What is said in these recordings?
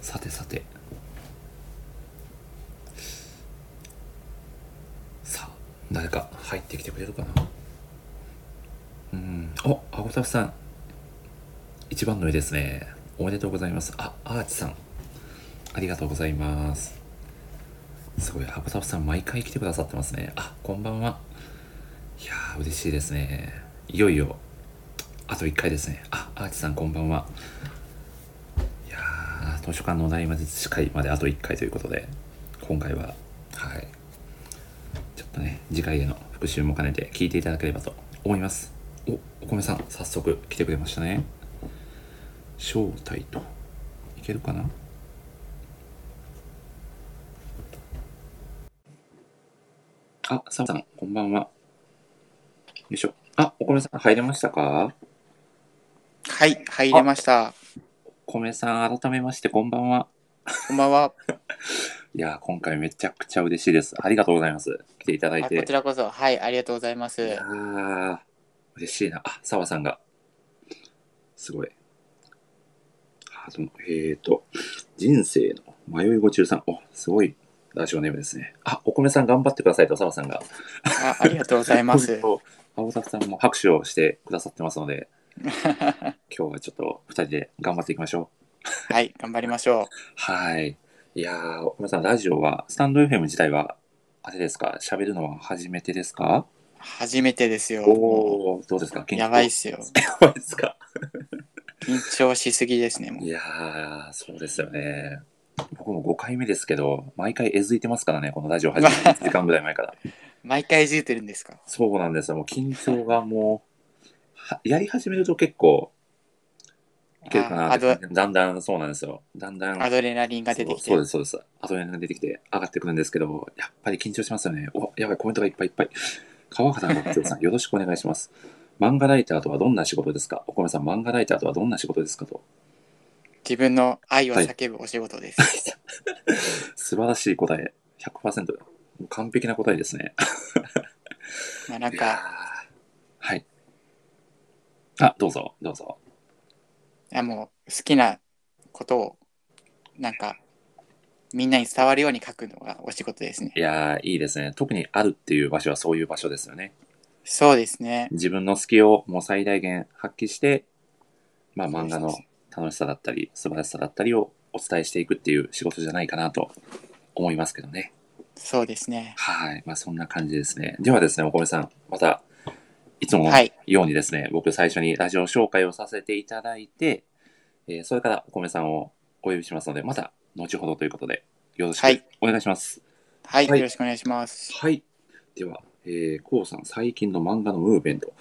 さてさてさあ誰か入ってきてくれるかなうんおあごたふさん一番乗りですねおめでとうございますあアーチさんありがとうございますすごいあごたふさん毎回来てくださってますねあこんばんはいやー嬉しいですねいよいよあと1回ですねあアーチさんこんばんはいやー図書館のお題まで近いまであと1回ということで今回ははいちょっとね次回への復習も兼ねて聞いていただければと思いますおお米さん早速来てくれましたね招待といけるかなあ、サムさん、こんばんは。よいしょ。あ、お米さん、入れましたかはい、入れました。お米さん、改めまして、こんばんは。こんばんは。いやー、今回めちゃくちゃ嬉しいです。ありがとうございます。来ていただいあて。こちらこそ、はい、ありがとうございまいすや。ー嬉しいな。あ、澤さんが。すごい。ハートの、えーと、人生の迷いご中さん。お、すごいラジオネームですね。あ、お米さん頑張ってくださいと、澤さんが。あ、ありがとうございま す。本当青田さんも拍手をしてくださってますの で、今日はちょっと二人で頑張っていきましょはい、頑張りましょう。はい。いやー、お米さん、ラジオは、スタンド FM 自体は、あれですか、喋るのは初めてですかう。初めてですよ。もおー、どうですかうやばいっす。すよ。やばいですか緊張しすぎですね。もういやー、そうですよね。僕も5回目ですけど、毎回えずいてますからね、このラジオ始める1時間ぐらい前 から。毎回いじってるんですか。そうなんですよ、もう緊張がもう、はやり始めると結構いけるかなあっアてドだんだんそうなんですよ。だんだん、アドレナリンが出てきそうてそうで。す、そうです。アドレナリンが出てきて上がってくるんですけど、やっぱり緊張しますよね。お、やばい、コメントがいっぱいいっぱい。川畑学長さん、よろしくお願いします。漫画ライターとはどんな仕事ですかお米さん、漫画ライターとはどんな仕事ですかと。自分の愛を叫ぶお仕事です。素晴らしい答え。100%。もう完璧な答えですね。まあ、なんいやーか、はい。あ、どうぞ、どうぞ。いやもう好きなことを。なんか。みんなに伝わるように書くのがお仕事ですね。いやーいいですね。特にあるっていう場所はそういう場所ですよね。そうですね。自分の好きをもう最大限発揮して、まあ漫画の楽しさだったり、素晴らしさだったりをお伝えしていくっていう仕事じゃないかなと思いますけどね。そうですね。はい。まあそんな感じですね。ではですね、お米さん、また、いつものはいようにですね、僕最初にラジオ紹介をさせていただいて、えーそれからお米さんをお呼びしますので、また後ほどということで、よろしはいくお願いします。はい、はいよろしくお願いします。はい。では、えー、こうさん、最近の漫画のムーブメント。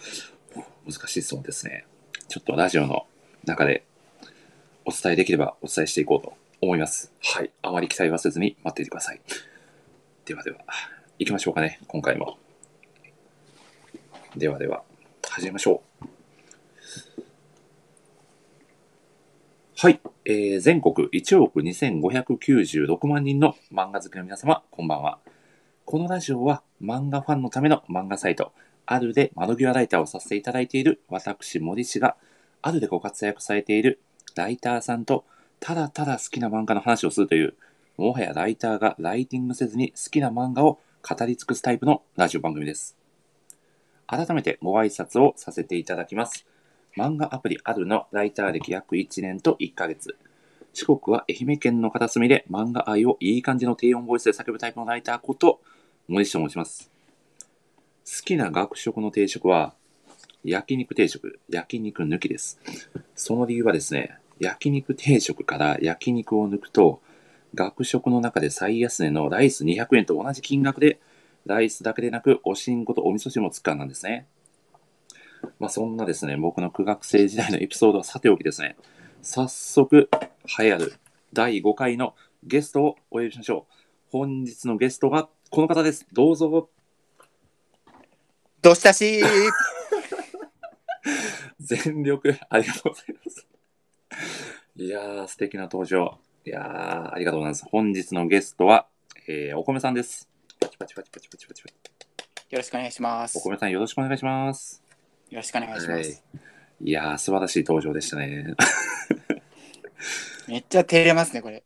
難しい質問ですね。ちょっとラジオの中でお伝えできればお伝えしていこうと思います。はい。あまり期待はせずに待っていてください。ではでは、行きましょうかね、今回も。ではでは、始めましょう。はい、えー全国1億2596万人の漫画好きの皆様、こんばんは。このラジオは漫画ファンのための漫画サイト、あるで窓際ライターをさせていただいている私、森氏が、あるでご活躍されているライターさんと、ただただ好きな漫画の話をするという、もはやライターがライティングせずに好きな漫画を語り尽くすタイプのラジオ番組です。改めてご挨拶をさせていただきます。漫画アプリあるのライター歴約1年と1ヶ月。四国は愛媛県の片隅で漫画愛をいい感じの低音ボイスで叫ぶタイプのライターこと、森下と申します。好きな学食の定食は、焼肉定食、焼肉抜きです。その理由はですね、焼肉定食から焼肉を抜くと、学食の中で最安値のライス200円と同じ金額で、ライスだけでなく、おしんことお味噌汁もつくからなんですね。まあ、そんなですね、僕の苦学生時代のエピソードはさておきですね、早速、流行る第5回のゲストをお呼びしましょう。本日のゲストがこの方です。どうぞ。どし たしー。全力ありがとうございます。いやー、素敵な登場。いやー、ありがとうございます。本日のゲストは、えー、お米さんです。パチパチパチパチパチパチパチよろしくお願いします。およ米さんよろしくお願いします。ろしくお願いします。いやー、素晴らしい登場でしたね。めっちゃ照れますね、これ。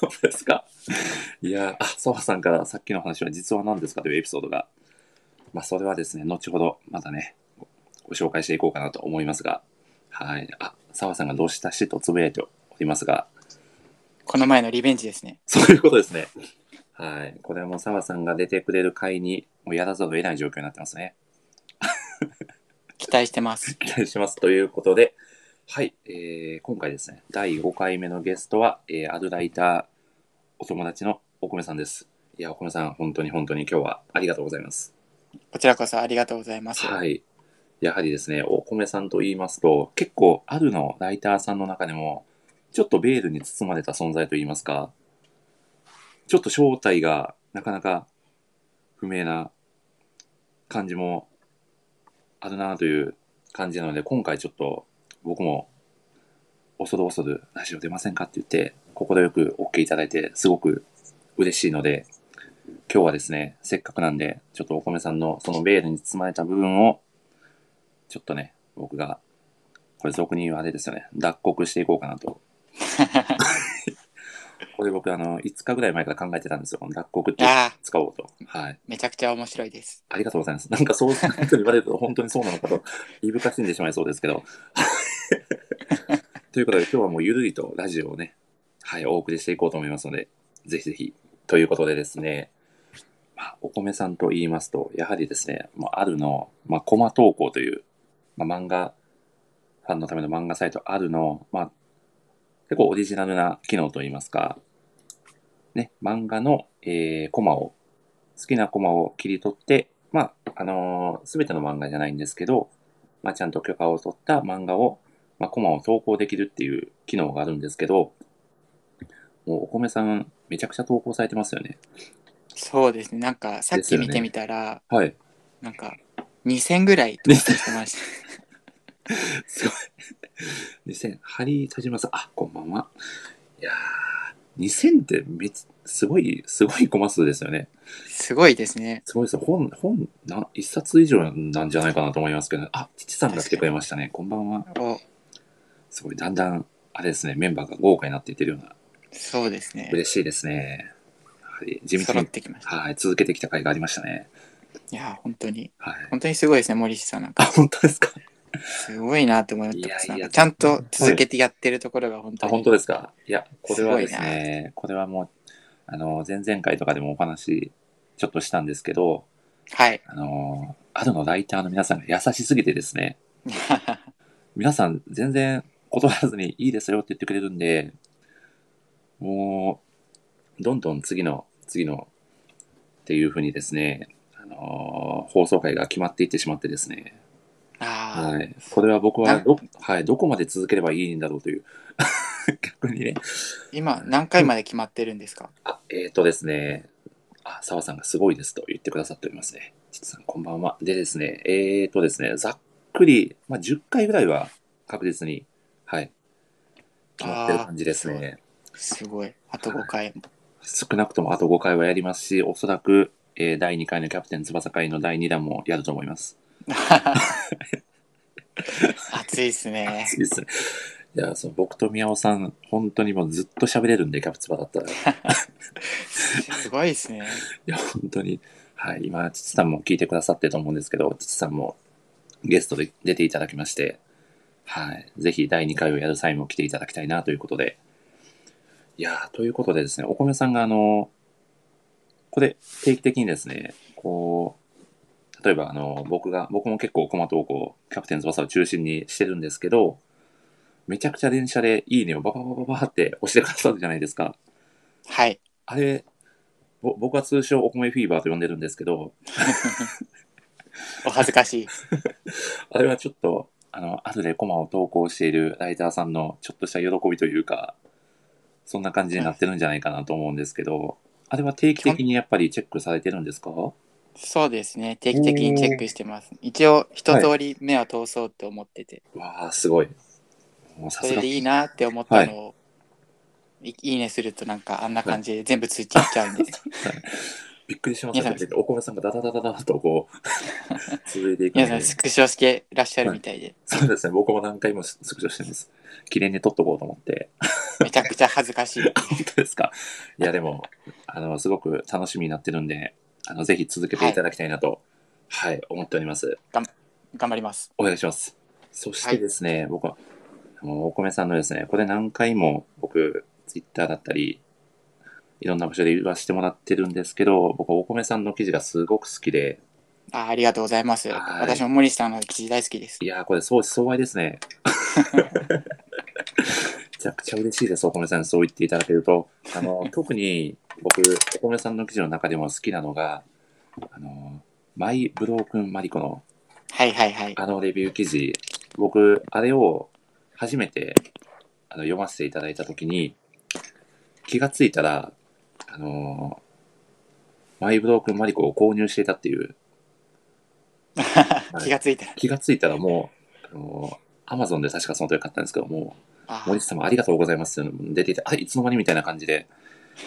本当ですかいやーあソファさんからさっきの話は実は何ですかというエピソードがまあそれはですね後ほどまたねごご紹介していこうかなと思いますがはいあサワさんがどうしたしとつぶやいておりますがこの前のリベンジですね。そういうことですねはいこれはもうサワさんが出てくれる回にもうやらざるを得ない状況になってますね期待して ます。期待します。ということで、はい、えー今回ですね、第5回目のゲストは、えーアルライターお友達のお米さんです。いや、お米さん、本当に本当に今日はありがとうございます。こちらこそありがとうございます。はい。やはりですね、お米さんと言いますと、結構、あるのライターさんの中でも、ちょっとベールに包まれた存在と言いますか、ちょっと正体がなかなか不明な感じもあるなという感じなので、今回ちょっと僕も、恐る恐るラジオ出ませんかって言って、快く OK いただいて、すごく嬉しいので、今日はですね、せっかくなんで、ちょっとお米さんのそのベールに包まれた部分を、ちょっとね、僕が、これ俗に言うあれですよね、脱穀していこうかなと。これ僕、あの、5日ぐらい前から考えてたんですよ。この脱穀ってああ、使おうと。はい。めちゃくちゃ面白いです。ありがとうございます。なんかそう、そういう人に言われると本当にそうなのかと、いぶかしんでしまいそうですけど。 ということで、今日はもうゆるりとラジオをね、はい、お送りしていこうと思いますので、ぜひぜひ。ということでですね、まあ、お米さんと言いますと、やはりですね、まあ、あるの、まあ、コマ投稿という、まあ、漫画、ファンのための漫画サイト、あるの、まあ、結構オリジナルな機能といいますか、ね、漫画の、えーコマを好きなコマを切り取って、まあ、あのすべての漫画じゃないんですけど、まあ、ちゃんと許可を取った漫画を、まあ、コマを投稿できるっていう機能があるんですけど、もうお米さん、めちゃくちゃ投稿されてますよね。そうですね。なんかさっですきよね見てみたら、はい。なんか2000ぐらい投稿してました。すごい。2000、ハリー田島さん、あ、こんばんは。いやー、2000ってめつ、すごい、すごいコマ数ですよね。 すごいですね。すごいですよ。本、本、な一冊以上なんじゃないかなと思いますけど、あ、父さんが来てくれましたね。こんばんは。お、すごい、だんだん、あれですね、メンバーが豪華になっていってるような、そうですね。嬉しいですね。はい、地道揃っに、てきました。はい、続けてきた回がありましたね。いや、本当に、はい。本当にすごいですね、森下さんなん あ、か。本当ですかすごいなと思ってます。いやいやなんかちゃんと続けてやってるところが本当あ、に。本当ですかいや、これはですすごね、これはもう、あの、前々回とかでもお話、ちょっとしたんですけど、 はい。 あの、あるのライターの皆さんが優しすぎてですね、皆さん全然断らずにいいですよって言ってくれるんで、もう、どんどん次の、次の、っていうふうにですね、あのー放送回が決まっていってしまってですね、あはい。これは僕はなど、はい、どこまで続ければいいんだろうという、 逆にね、あ、今何回まで決まってるんですかあ、えっ、ー、とですね、あ、澤さんがすごいですと言ってくださっておりますね。ちつさん、こんばんは。でですね、えっ、ー、とですね、ざっくり、まあ、10回ぐらいは確実に、はい、決まってる感じですね。すごい。あと5回。 少なくともあと5回はやりますし、おそらく、えー第2回のキャプテン翼会の第2弾もやると思います。暑いですね。いいですね。いや、その僕と宮尾さん、本当にもうずっと喋れるんで、キャプツバだったら。いすごいですね。や、本当に。はい、今、父さんも聞いてくださってると思うんですけど、父さんもゲストで出ていただきまして、はい、ぜひ第2回をやる際も来ていただきたいなということで。いやー、ということでですね、お米さんが、あの、これ、定期的にですね、こう、例えば、あの、僕が、僕も結構コマ投稿、キャプテン翼を中心にしてるんですけど、めちゃくちゃ電車でいいねをババババババって押してくださるじゃないですか。はい。あれ、ぼ僕は通称お米フィーバーと呼んでるんですけど、お恥ずかしい。あれはちょっと、あの、後でコマを投稿しているライターさんのちょっとした喜びというか、そんな感じになってるんじゃないかなと思うんですけど、あれは定期的にやっぱりチェックされてるんですかそうですね。定期的にチェックしてます。一応、一通り目は通そうと思ってて、わあ、すごい。もうさそすれがで。いいなって思ったのを、い、いねするとなんかあんな感じで全部通知いっちゃうんで、びっくりしますいやね。お米さんがダダダダダとこう、 続いていくの皆でさんスクショしてらっしゃるみたいで、そうですね。僕も何回もスクショしてます。記念に撮っとこうと思って。めちゃくちゃ恥ずかしい。本当ですか。いや、でも、あの、すごく楽しみになってるんで、あの、ぜひ続けていただきたいなと、はい、思っております。頑張ります。お願いします。そしはていですね、僕は、あの、お米さんのですね、これ何回も僕、ツイッターだったり、いろんな場所で言わせてもらってるんですけど、僕はお米さんの記事がすごく好きで、あありがとうございます。はい私も森さんの記事大好きですい。やー、これ相思相愛ですね。めちゃくちゃ嬉しいです、お米さんにそう言っていただけると。あの、特に僕、お米さんの記事の中でも好きなのが、あの、マイ・ブロークン・マリコのはいはいはい。あのレビュー記事、僕、あれを初めてあの読ませていただいたときに、気がついたら、あの、マイ・ブロークン・マリコを購入していたっていう、い気がついたら。気がついたらもう、あの、アマゾンで確かその時買ったんですけども、あー森内様ありがとうございますっていうのも出ていて、あいつの間にみたいな感じ で、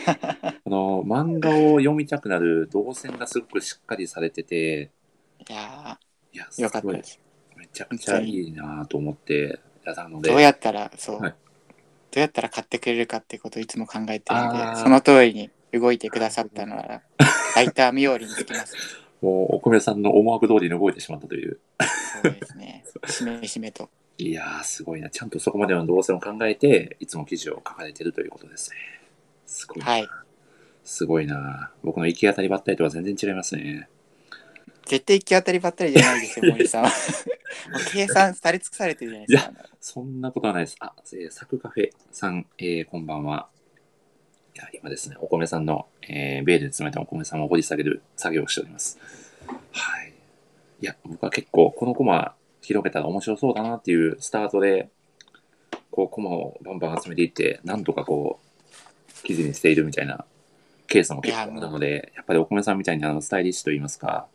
あの漫画を読みたくなる動線がすごくしっかりされてて、いやいや、すーよかったごいで、す。めちゃくちゃいいなと思って、やったので、どうやったら、そう、はいどうやったら買ってくれるかってことをいつも考えてるんあーで、その通りに動いてくださったのなら、ライター冥利につきます。もうお米さんの思惑通りに動いてしまったという、そうですね。しめしめと。いやー、すごいな、ちゃんとそこまでの動線を考えて、いつも記事を書かれてるということですね。すごい、はい。すごいな僕の行き当たりばったりとは全然違いますね。絶対行き当たりばったりじゃないですよ、森さんは。もう計算され尽くされてるじゃないですか。そんなことはないです。あ、えー、サクカフェさん、えーこんばんは。いや、今ですね、お米さんの、えー、ベールで詰めたお米さんを掘り下げる作業をしております。はい。いや、僕は結構、このコマ広げたら面白そうだなっていうスタートで、こう、コマをバンバン集めていって、なんとかこう、記事にしているみたいなケースも結構あるので、やっぱりお米さんみたいにあの、スタイリッシュといいますか、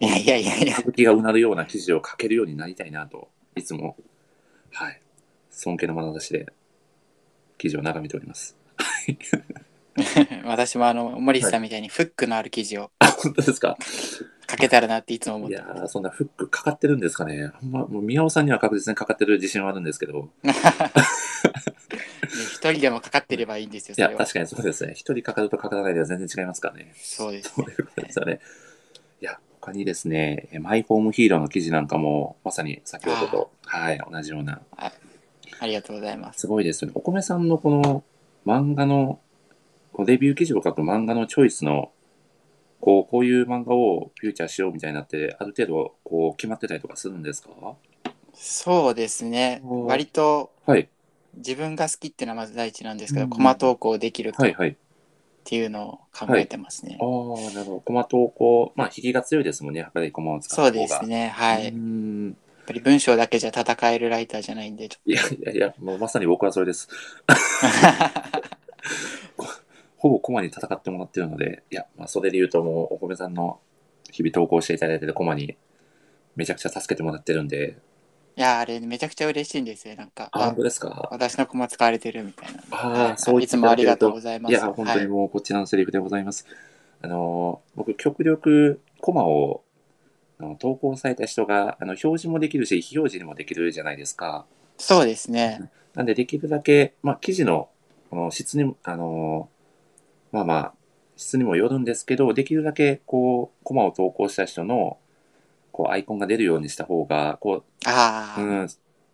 いやいやいやいや歌。舞伎がうなるような記事を書けるようになりたいなと、いつも、はい、尊敬の眼差しで記事を眺めております。 私もあの、森さんみたいにフックのある記事をあ、本当ですか書けたらなっていつも思っいてやー、そんなフックかかってるんですかね。あんま、もう宮尾さんには確実にかかってる自信はあるんですけど、ね一人でもかかってればいいんですよ、いそや、れは。確かにそうですね。一人かかるとかからないでは全然違いますからね。 そうですそ。ういうことですよね。いや、他にですね、えマイホームヒーローの記事なんかも、まさに先ほどと、はい、同じようなありがとうございます。すごいですよね。お米さんのこの漫画の、こうデビュー記事を書く漫画のチョイスの、こう、こういう漫画をフューチャーしようみたいになって、ある程度、こう、決まってたりとかするんですかそうですね。おー割とはい。自分が好きっていうのはまず第一なんですけうど、んコマ投稿できるかはいっはい。ていうのを考えてますねあ。あ、なるほど。コマ投稿、まあ、引きが強いですもんね。赤いコマを使ったそ方うが。ですね。はい。やうっん。ぱり文章だけじゃ戦えるライターじゃないんで、ちょっいやいやいや、もうまさに僕はそれ です。ほぼコマに戦ってもらってるので、いや、まあ、それで言うともう、お米さんの日々投稿していただいてるコマに、めちゃくちゃ助けてもらってるんで、と。いや、あれめちゃくちゃ嬉しいんですよ。なんか、あ、あ本当ですか私のコマ使われてるみたいな。ああ、そうは言っいいてついもただあけりるがとうとご、ざいまいす。や、本当にもうこちらのセリフでございます。あのー、僕、極力、コマを、あの投稿された人が、あの、表示もできるし、非表示にもできるじゃないですか。そうですね。なんで、できるだけ、まあ、記事の、この質にも、あのー、まあまあ、質にもよるんですけど、できるだけ、こう、コマを投稿した人の、こう、アイコンが出るようにした方が、こう、ああ、うん、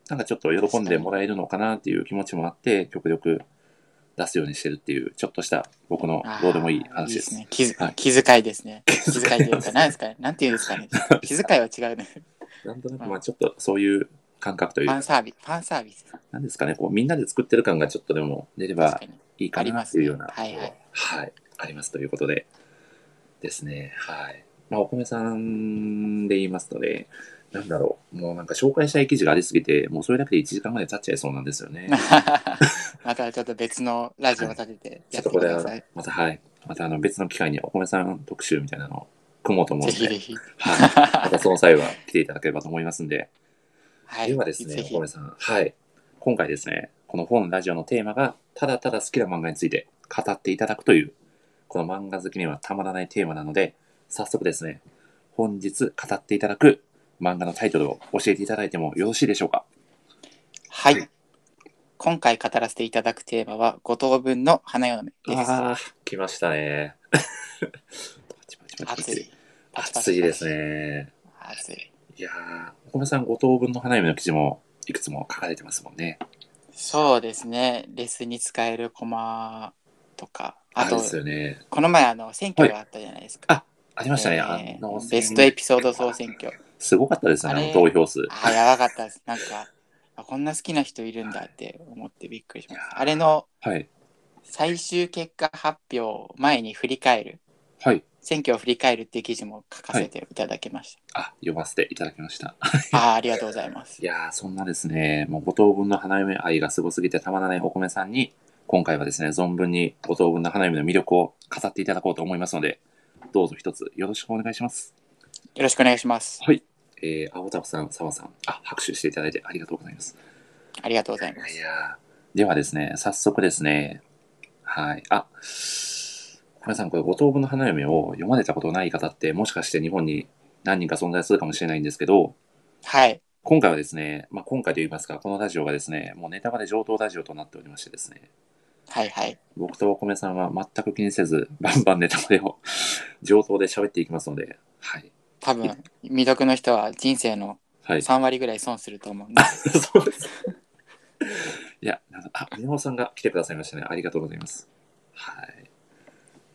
なんかちょっと喜んでもらえるのかなっていう気持ちもあって、極力出すようにしてるっていう、ちょっとした僕のあーどうでもいい話でいす。いですね。気づはい気遣いですね。気遣い遣いというか、何ですかね。なんていうんですかね。気遣いは違 うね。なんとなく、まあちょっとそういう感覚といファうン、サービス。ファンサービス。なんですかね、こうみんなで作ってる感がちょっとでも出れば確かに。いいかありなまってすいねうような、はいはいはいありますということで、ですね、はい。まあ、お米さんで言いますとね、なんだろう、もうなんか紹介したい記事がありすぎて、もうそれだけで1時間ぐらい経っちゃいそうなんですよね。 またちょっと別のラジオを立ててちょ やっとってこくれだはさい。、またはい。またあの別の機会にお米さん特集みたいなのを組もうと思うのぜひぜで、ひ。はい。またその際は来ていただければと思いますんで、はではですぜね、おひ米さん、はい。今回ですね、この本ラジオのテーマが、ただただ好きな漫画について語っていただくというこの漫画好きにはたまらないテーマなので、早速ですね、本日語っていただく漫画のタイトルを教えていただいてもよろしいでしょうか。はい。今回語らせていただくテーマは、五等分の花嫁です。ああ、来ましたね。パチパチパチ熱パチい。パチパチパチ暑いです。ね。熱い。いやー、お米さん、五等分の花嫁の記事もいくつも書かれてますもんね。そうですね。レスに使えるコマとか、ああれとで、すよね。この前、あの、選挙があったじゃないですか。はいありましたね。あえーの、ベストエピソード総選挙。すごかったですね、ああのれ投票数。ああ、やばかったです。なんか、あこんな好きな人いるんだって思ってびっくりしました。あれのはい。最終結果発表を前に振り返る、はい。選挙を振り返るっていう記事も書かせていただきましあ、読ませていただきました。た。ああ、ありがとうございますい。やー、そんなですね、もう五等分の花嫁愛がすごすぎてたまらないお米さんに、今回はですね、存分に五等分の花嫁の魅力を語っていただこうと思いますので、どうぞ一つよろしくお願いします。よろしくお願いします。はい。えー、青田さん、沢さん、あ、拍手していただいてありがとうございます。ありがとうございまいす。やーではですね、早速ですね、はい。あ、皆さん、これ、五等分の花嫁を読まれたことない方って、もしかして日本に何人か存在するかもしれないんですけど、はい。今回はですね、まあ、今回といいますか、このラジオがですね、もうネタバレ上等ラジオとなっておりましてですね、はいはい。僕とお米さんは全く気にせず、バンバンネタバレを上等で喋っていきますので、はい。多分、未読の人は人生のはい。 3割ぐらい損すると 思うんで。そうです。いや、なんか、あ、宮本さんが来てくださいましたね。ありがとうございます。はい。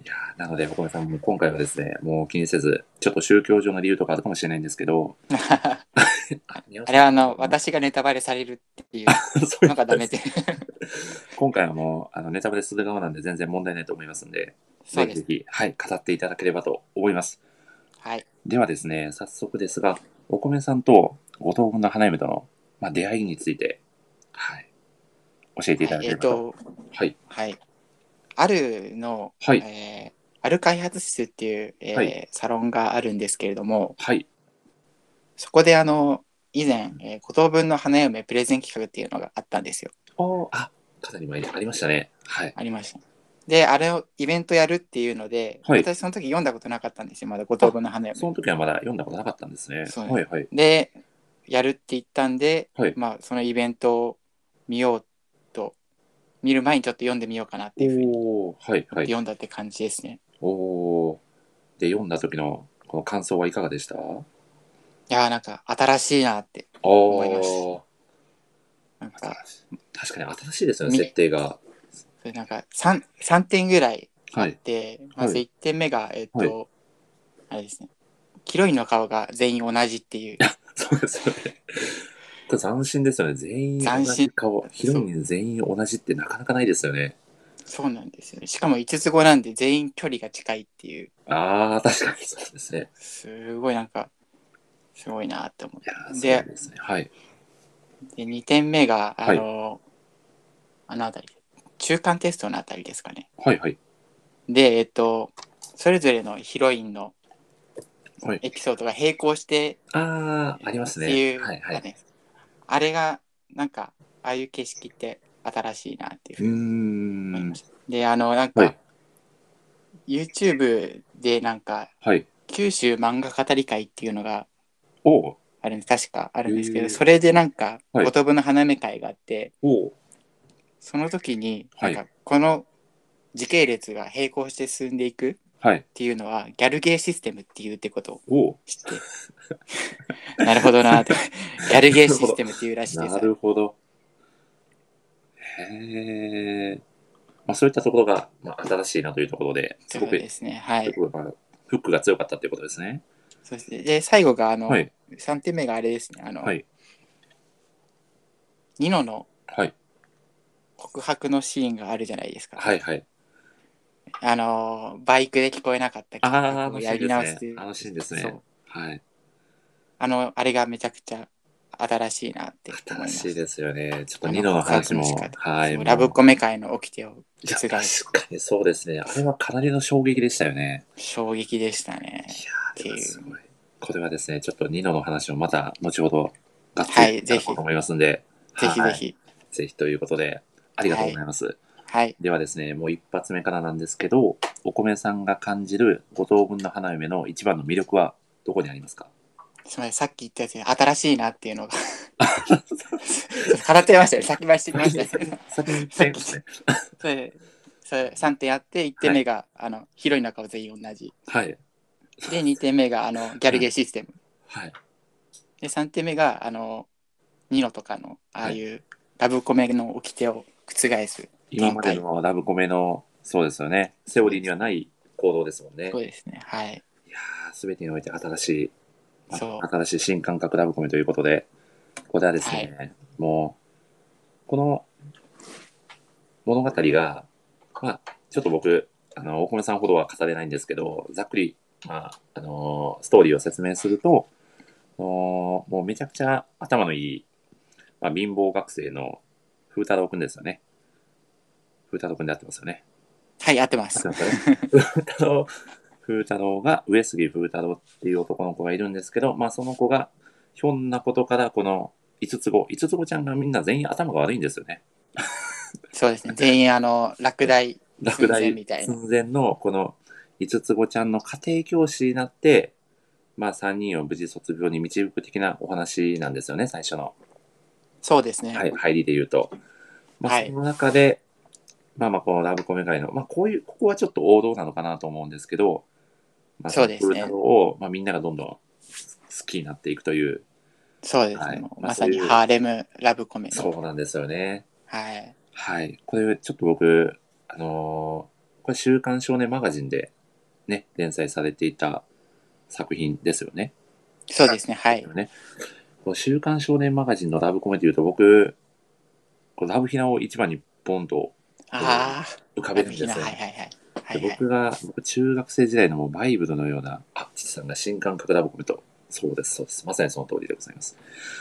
いやーなので、お米さんも今回はですね、もう気にせず、ちょっと宗教上の理由とかあるかもしれないんですけど、あ宮あ本されんはあの、私がネタバレされるっていう そういのうこがとダでメすで。今回はもう、あの、ネタバレする側なんで全然問題ないと思いますんで、そうぜでひすぜ。ひ、はい、語っていただければと思います。はい。ではですね、早速ですが、お米さんと五等分の花嫁との、まあ、出会いについて、はい、教えていただけえれっばと。と、はい、はい。あるの、はいえーある開発室っていう、えーはいサロンがあるんですけれども、はい。そこであの、以前、えー、五等分の花嫁プレゼン企画っていうのがあったんですよ。おあ、かなり前にありましたね。はい。ありました。で、あれをイベントやるっていうので、はい私その時読んだことなかったんですよ、まだ五等分の花嫁。その時はまだ読んだことなかったんですね。そうはいはい。で、やるって言ったんで、はいまあ、そのイベントを見ようと、見る前にちょっと読んでみようかなっていうふうにおおはいはい。読んだって感じですね。おおーで、読んだ時のこの感想はいかがでしたいやーなんか新しいなって、おいまーなんか確かに新しいですよね、み設定が。それなんか 3, 3点ぐらいはい。で、はいまず1点目が、えっ、はと、あれですね。キロインの顔が全員同じっていう。そうですよね。これ斬新ですよね。全員同斬じ新顔。ヒロイン全員同じってなかなかないですよね。そうなんですよね。しかも5つ子なんで全員距離が近いっていう。ああ、確かにそうですね。すごいなんか、すごいなって思っいやーでそうですね。はい。て。で、2点目が、あの、あのあたり。中間テストのあたりですかね。はいはい。で、えっ、と、それぞれのヒロインのはいエピソードが並行してああ、ありますっていね。う、はいはい。あれがなんかああいう景色って新しいなっていううふうーに思いんま。した、であのなんか、はい YouTube でなんかはい。九州漫画語り会っていうのがおおあるんです確かあるんですけど、へーそれでなんか「はい言葉の花芽会」があっておおその時にはないんかこの時系列が並行して進んでいくっはい。ていうのはギャルゲーシステムっていうってことをおお知ってなるほど なってギャルゲーシステムっていうらしいですなるほど。へえ。まあそういったところが、まあ、新しいなというところで、すそごうく、ですねはいすごくまあフックが強かったということですね。そしてで最後があの、はい。 3点目があれですねあの、はい。ニノのはい。告白のシーンがあるじゃないですか、はい。はい。あのバイクで聞こえなかったあ曲あ、あをのシやーりン直ですといすねう。あのシーンですそねう。はい。あのあれがめちゃくちゃ新しいなって思い新ますしいですよね。ちょっとあのニノの話も告白の仕、方はい。そもううラブコメ界の起きてをいや覆確すかにそうですね。あれはかなりの衝撃でしたよね。衝撃でしたねいやーでもすごい。これはですね、ちょっとニノの話をまた後ほどがっつはりいいただこうと思いますんで、ぜ ひはぜいひぜひということで、ありがとうございます。はい、はい。ではですね、もう一発目からなんですけど、お米さんが感じる五等分の花嫁の一番の魅力はどこにあり ますかすみません、さっき言ったやつに新しいなってい うのが。語ってましたよ。先走ってましたよ。先に言ってますね。 それ、それ3点あって、1点目が、あの、ヒロインの顔全員同じ。はい。で、2点目が、あの、ギャルゲーシステム。はい。で、3点目が、あの、ニノとかの、ああいう、ラブコメの掟を覆す。今までのラブコメの、そうですよね、セオリーにはない行動ですもんね。そうですね。はい。いやー、すべてにおいて新しい、あそう新しい新感覚ラブコメということで、これはですね、もう、この物語が、まあ、ちょっと僕、あの、大米さんほどは語れないんですけど、ざっくり、まあ、あのーストーリーを説明すると、あのーもうめちゃくちゃ頭のいい、まあ、貧乏学生の風太郎くんですよね。風太郎くんで合ってますよね。はい、合ってまあすすい。ません風太郎、風太郎が、上杉風太郎っていう男の子がいるんですけど、まあその子が、ひょんなことからこの五つ子、五つ子ちゃんがみんな全員頭が悪いんですよね。そうですね。全員、あの、落第。落寸前第みたいな寸前のこの五つ子ちゃんの家庭教師になって、まあ三人を無事卒業に導く的なお話なんですよね、最初の。そうですね。はい、入りで言うと。まはあ、いその中で、まあまあ、このラブコメ界の、まあ、こういう、ここはちょっと王道なのかなと思うんですけど、まあ、そうですねのを、まあ、みんながどんどん好きになっていくという、そうですね。はいもうまあまさにそういうハーレムラブコメの。そうなんですよね。はい。はい。これ、ちょっと僕、あのーこれ、週刊少年マガジンで、ね、連載されていた作品ですよね。そうですね。はい。ね。こう週刊少年マガジンのラブコメで言うと、僕、こうラブヒナを一番にポンとああ。浮かべるんですラよ。ブヒナはいはいはい。はいではい、僕が僕中学生時代のもうバイブルのようなあ父さんが新感覚ラブコメとそうですそうですまさにその通りでございます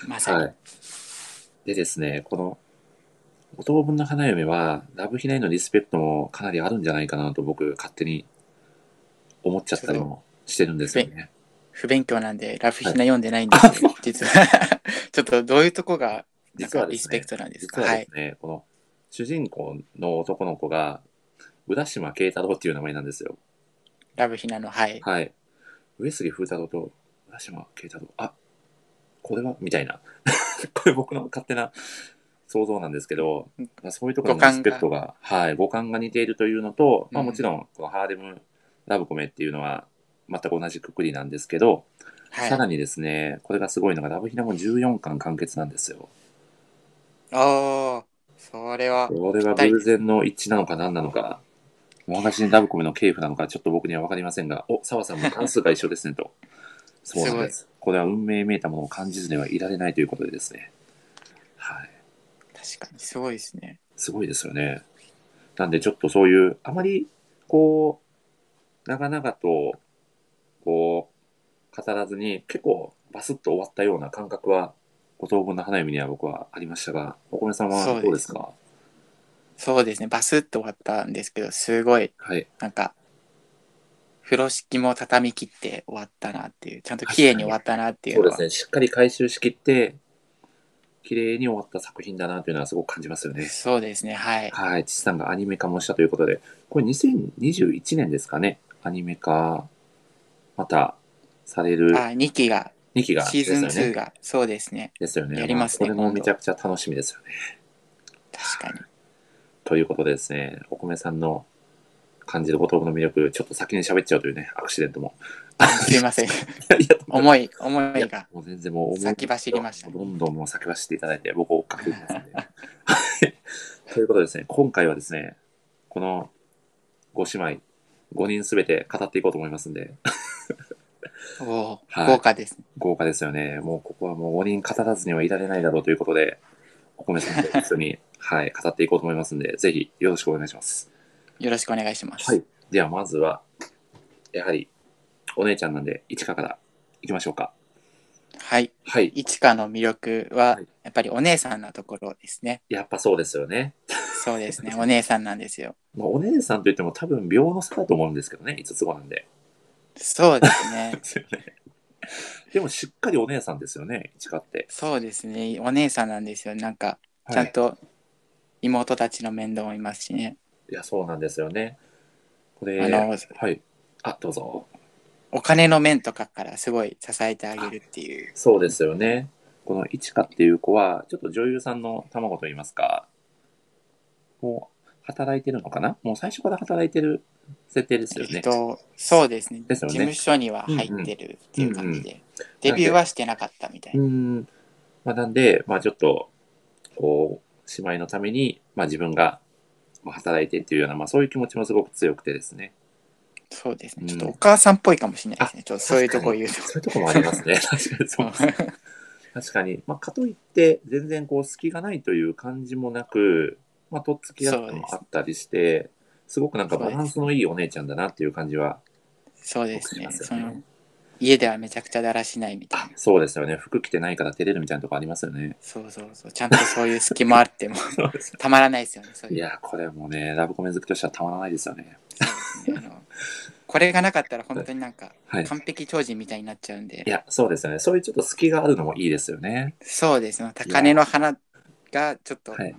まさに。はいでですねこの「五等分の花嫁」はラブヒナへのリスペクトもかなりあるんじゃないかなと僕勝手に思っちゃったりもしてるんですよね不勉強なんで、ラブヒナ読んでないんですけど、実は。 ちょっとどういうとこが、なん実かはでリすスペねクトなんですか実ははでい。すね、この主人公の男の子が浦島慶太郎っていう名前なんですよラブヒナの、はい。はい。上杉風太郎と浦島慶太郎、あこれはみたいな。 これ僕の勝手な想像なんですけど、まあ、そういうところの五リス感がペクトが、はい、五感が似ているというのと、まあうんもちろん、このハーレムラブコメっていうのは全く同じくくりなんですけど、はいさ。らにですね、これがすごいのが、ラブヒナも14巻完結なんですよ。おー、それは、これは偶然の一致なのか何なのか、私にラブコメの系譜なのか、ちょっと僕には分かりませんが、お、澤さんも関数が一緒ですねと。 そうなんです。これは運命めいたものを感じずにはいられないということでですね。はい。確かにすごいですね。すごいですよね。なんでちょっとそういう、あまり、こう、長々と、こう、語らずに、結構バスッと終わったような感覚は、ご当分の花嫁には僕はありましたが、お米さんはどうですかそうですね。バスッと終わったんですけど、すごい、はい。なんか、風呂敷も畳み切って終わったなっていう、ちゃんと綺麗に終わったなっていそううのではすね、しっかり回収しきって、綺麗に終わった作品だなというのはすごく感じますよね。そうですね、はい。はい、父さんがアニメ化もしたということで、これ2021年ですかね、アニメ化、またされるあ、2期が、 2期がシーズンですよ2ね。が、そうですね、ですよね。やりますねこれもめちゃくちゃ楽しみですよね。確かに。ということでですね、お米さんの感じる五等分の魅力、ちょっと先に喋っちゃうというね、アクシデントも。 すいません、いや思い、思いいやが、もう全然もう思う先走りましたどんどんもう先走っていただいて、僕を追っかけてきます んで。はいということでですね、今回はですね、この5姉妹、5人すべて語っていこうと思いますんで、おーはい豪華ですね。豪華ですよね。もうここはもう5人語らずにはいられないだろうということで、お米さんと一緒 に、はい、語っていこうと思いますんで、ぜひよろしくお願いします。よろしくお願いします。はい。ではまずは、やはり、お姉ちゃんなんで、一花からいきましょうか。はい。はい。いちかの魅力ははい、やっぱりお姉さんなところですね。やっぱそうですよね。そうですね、お姉さんなんですよ。まあ、お姉さんといっても多分秒の差だと思うんですけどね、5つ子なんで。そうですね。でもしっかりお姉さんですよね、一花って。そうですね、お姉さんなんですよ。なんか、ちゃんと妹たちの面倒もいますしね。いや、そうなんですよね。これ、あのはい。あ、どうぞ。お金の面とかからすごい支えてあげるっていう。そうですよね。このいちかっていう子は、ちょっと女優さんの卵といいますか、もう働いてるのかなもう最初から働いてる設定ですよえねっ。と、そうですねですよね事務所には入ってるっていう感じで、デビューはしてなかったみたいうな。ん。まあ、なんで、まあちょっと、こう、姉妹のために、まあ自分がまあ働いてっていうような、まあそういう気持ちもすごく強くてですね。そうですうね。んちょっとお母さんっぽいかもしれないですね。ちょっとそういうとこ言うと。そういうとこもあります ね。確かにそう。 確かに。まあ、かといって、全然こう、隙がないという感じもなく、まあ、とっつき合ったもあったりして、すごくなんかバランスのいいお姉ちゃんだなっていう感じは、そうですね。そうですそよねの家ではめちゃくちゃだらしないみたいな。そうですよね。服着てないから照れるみたいなとこありますよね。そうそうそう。ちゃんとそういう隙間あってもたまらないですよね。そういいうやー、これもね、ラブコメ好きとしてはたまらないですよね。そうですねあのこれがなかったら本当になんかはい。完璧超人みたいになっちゃうんでい。や、そうですよね。そういうちょっと隙があるのもいいですよね。そうですね。高嶺の花がちょっとはい。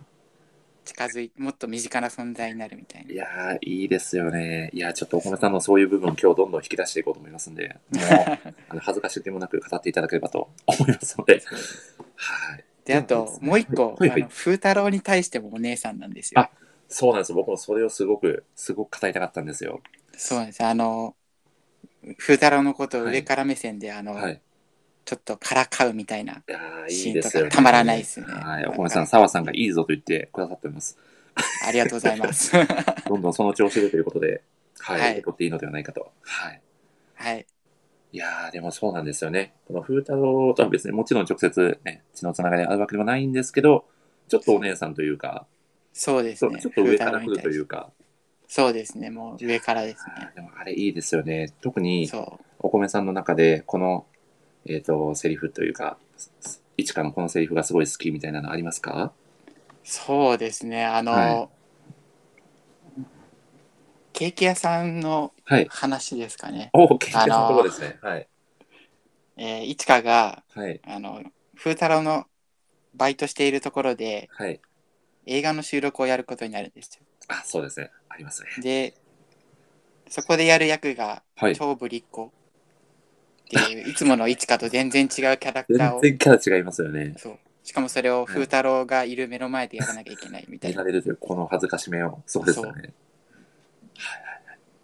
近づいて、もっと身近な存在になるみたいいな。やー、いいですよね。いやー、ちょっとお米さんのそういう部分、今日どんどん引き出していこうと思いますんで、も うあの恥ずかしげもなく語っていただければと思いますので。はい。で、あそうですと、ねもう一個、はいはいあの風太郎に対してもお姉さんなんですよ。あそうなんです。僕もそれをすごく、すごく語りたかったんですよ。そうなんです。あの、風太郎のことを上から目線で、あの、はい。ちょっとからかうみたいないやーいシいーンでとすよかね。たまらないですね。はい。なおんか米さん、澤さんがいいぞと言ってくださっており ます。ありがとうございます。 はどんどんその調子でということで、はい。はい受け取っていいのではないかと。はい。い。いやー、でもそうなんですよね。この風太郎とは別にもちろん直接ね、血のつながりあるわけでもないんですけど、ちょっとお姉さんというか、そうですそうね。ちょっと上から風来る太郎に対といしてうか、そうですね。もう上からですね。でもあれいいですよね。特にそお米さんの中で、この、えっ、と、セリフというか、いちかのこのセリフがすごい好きみたいなのありますかう。そうですね。あの、はケーキ屋さんのはい。話ですかね。おお、ケンケさんのとこですね。はい。えー、いちかが、はい。あの、風太郎のバイトしているところではい。映画の収録をやることになるんですあ、そうですね。ありますね。よ。で、そこでやる役がはい。超ぶりっ子っていう、いつものいちかと全然違うキャラクター全を、然キャラ違いますよね。そう。しかもそれを風太郎がいる目の前でやらなきゃいけないみた見いらな。れるという、この恥ずかしめを。そうですよね。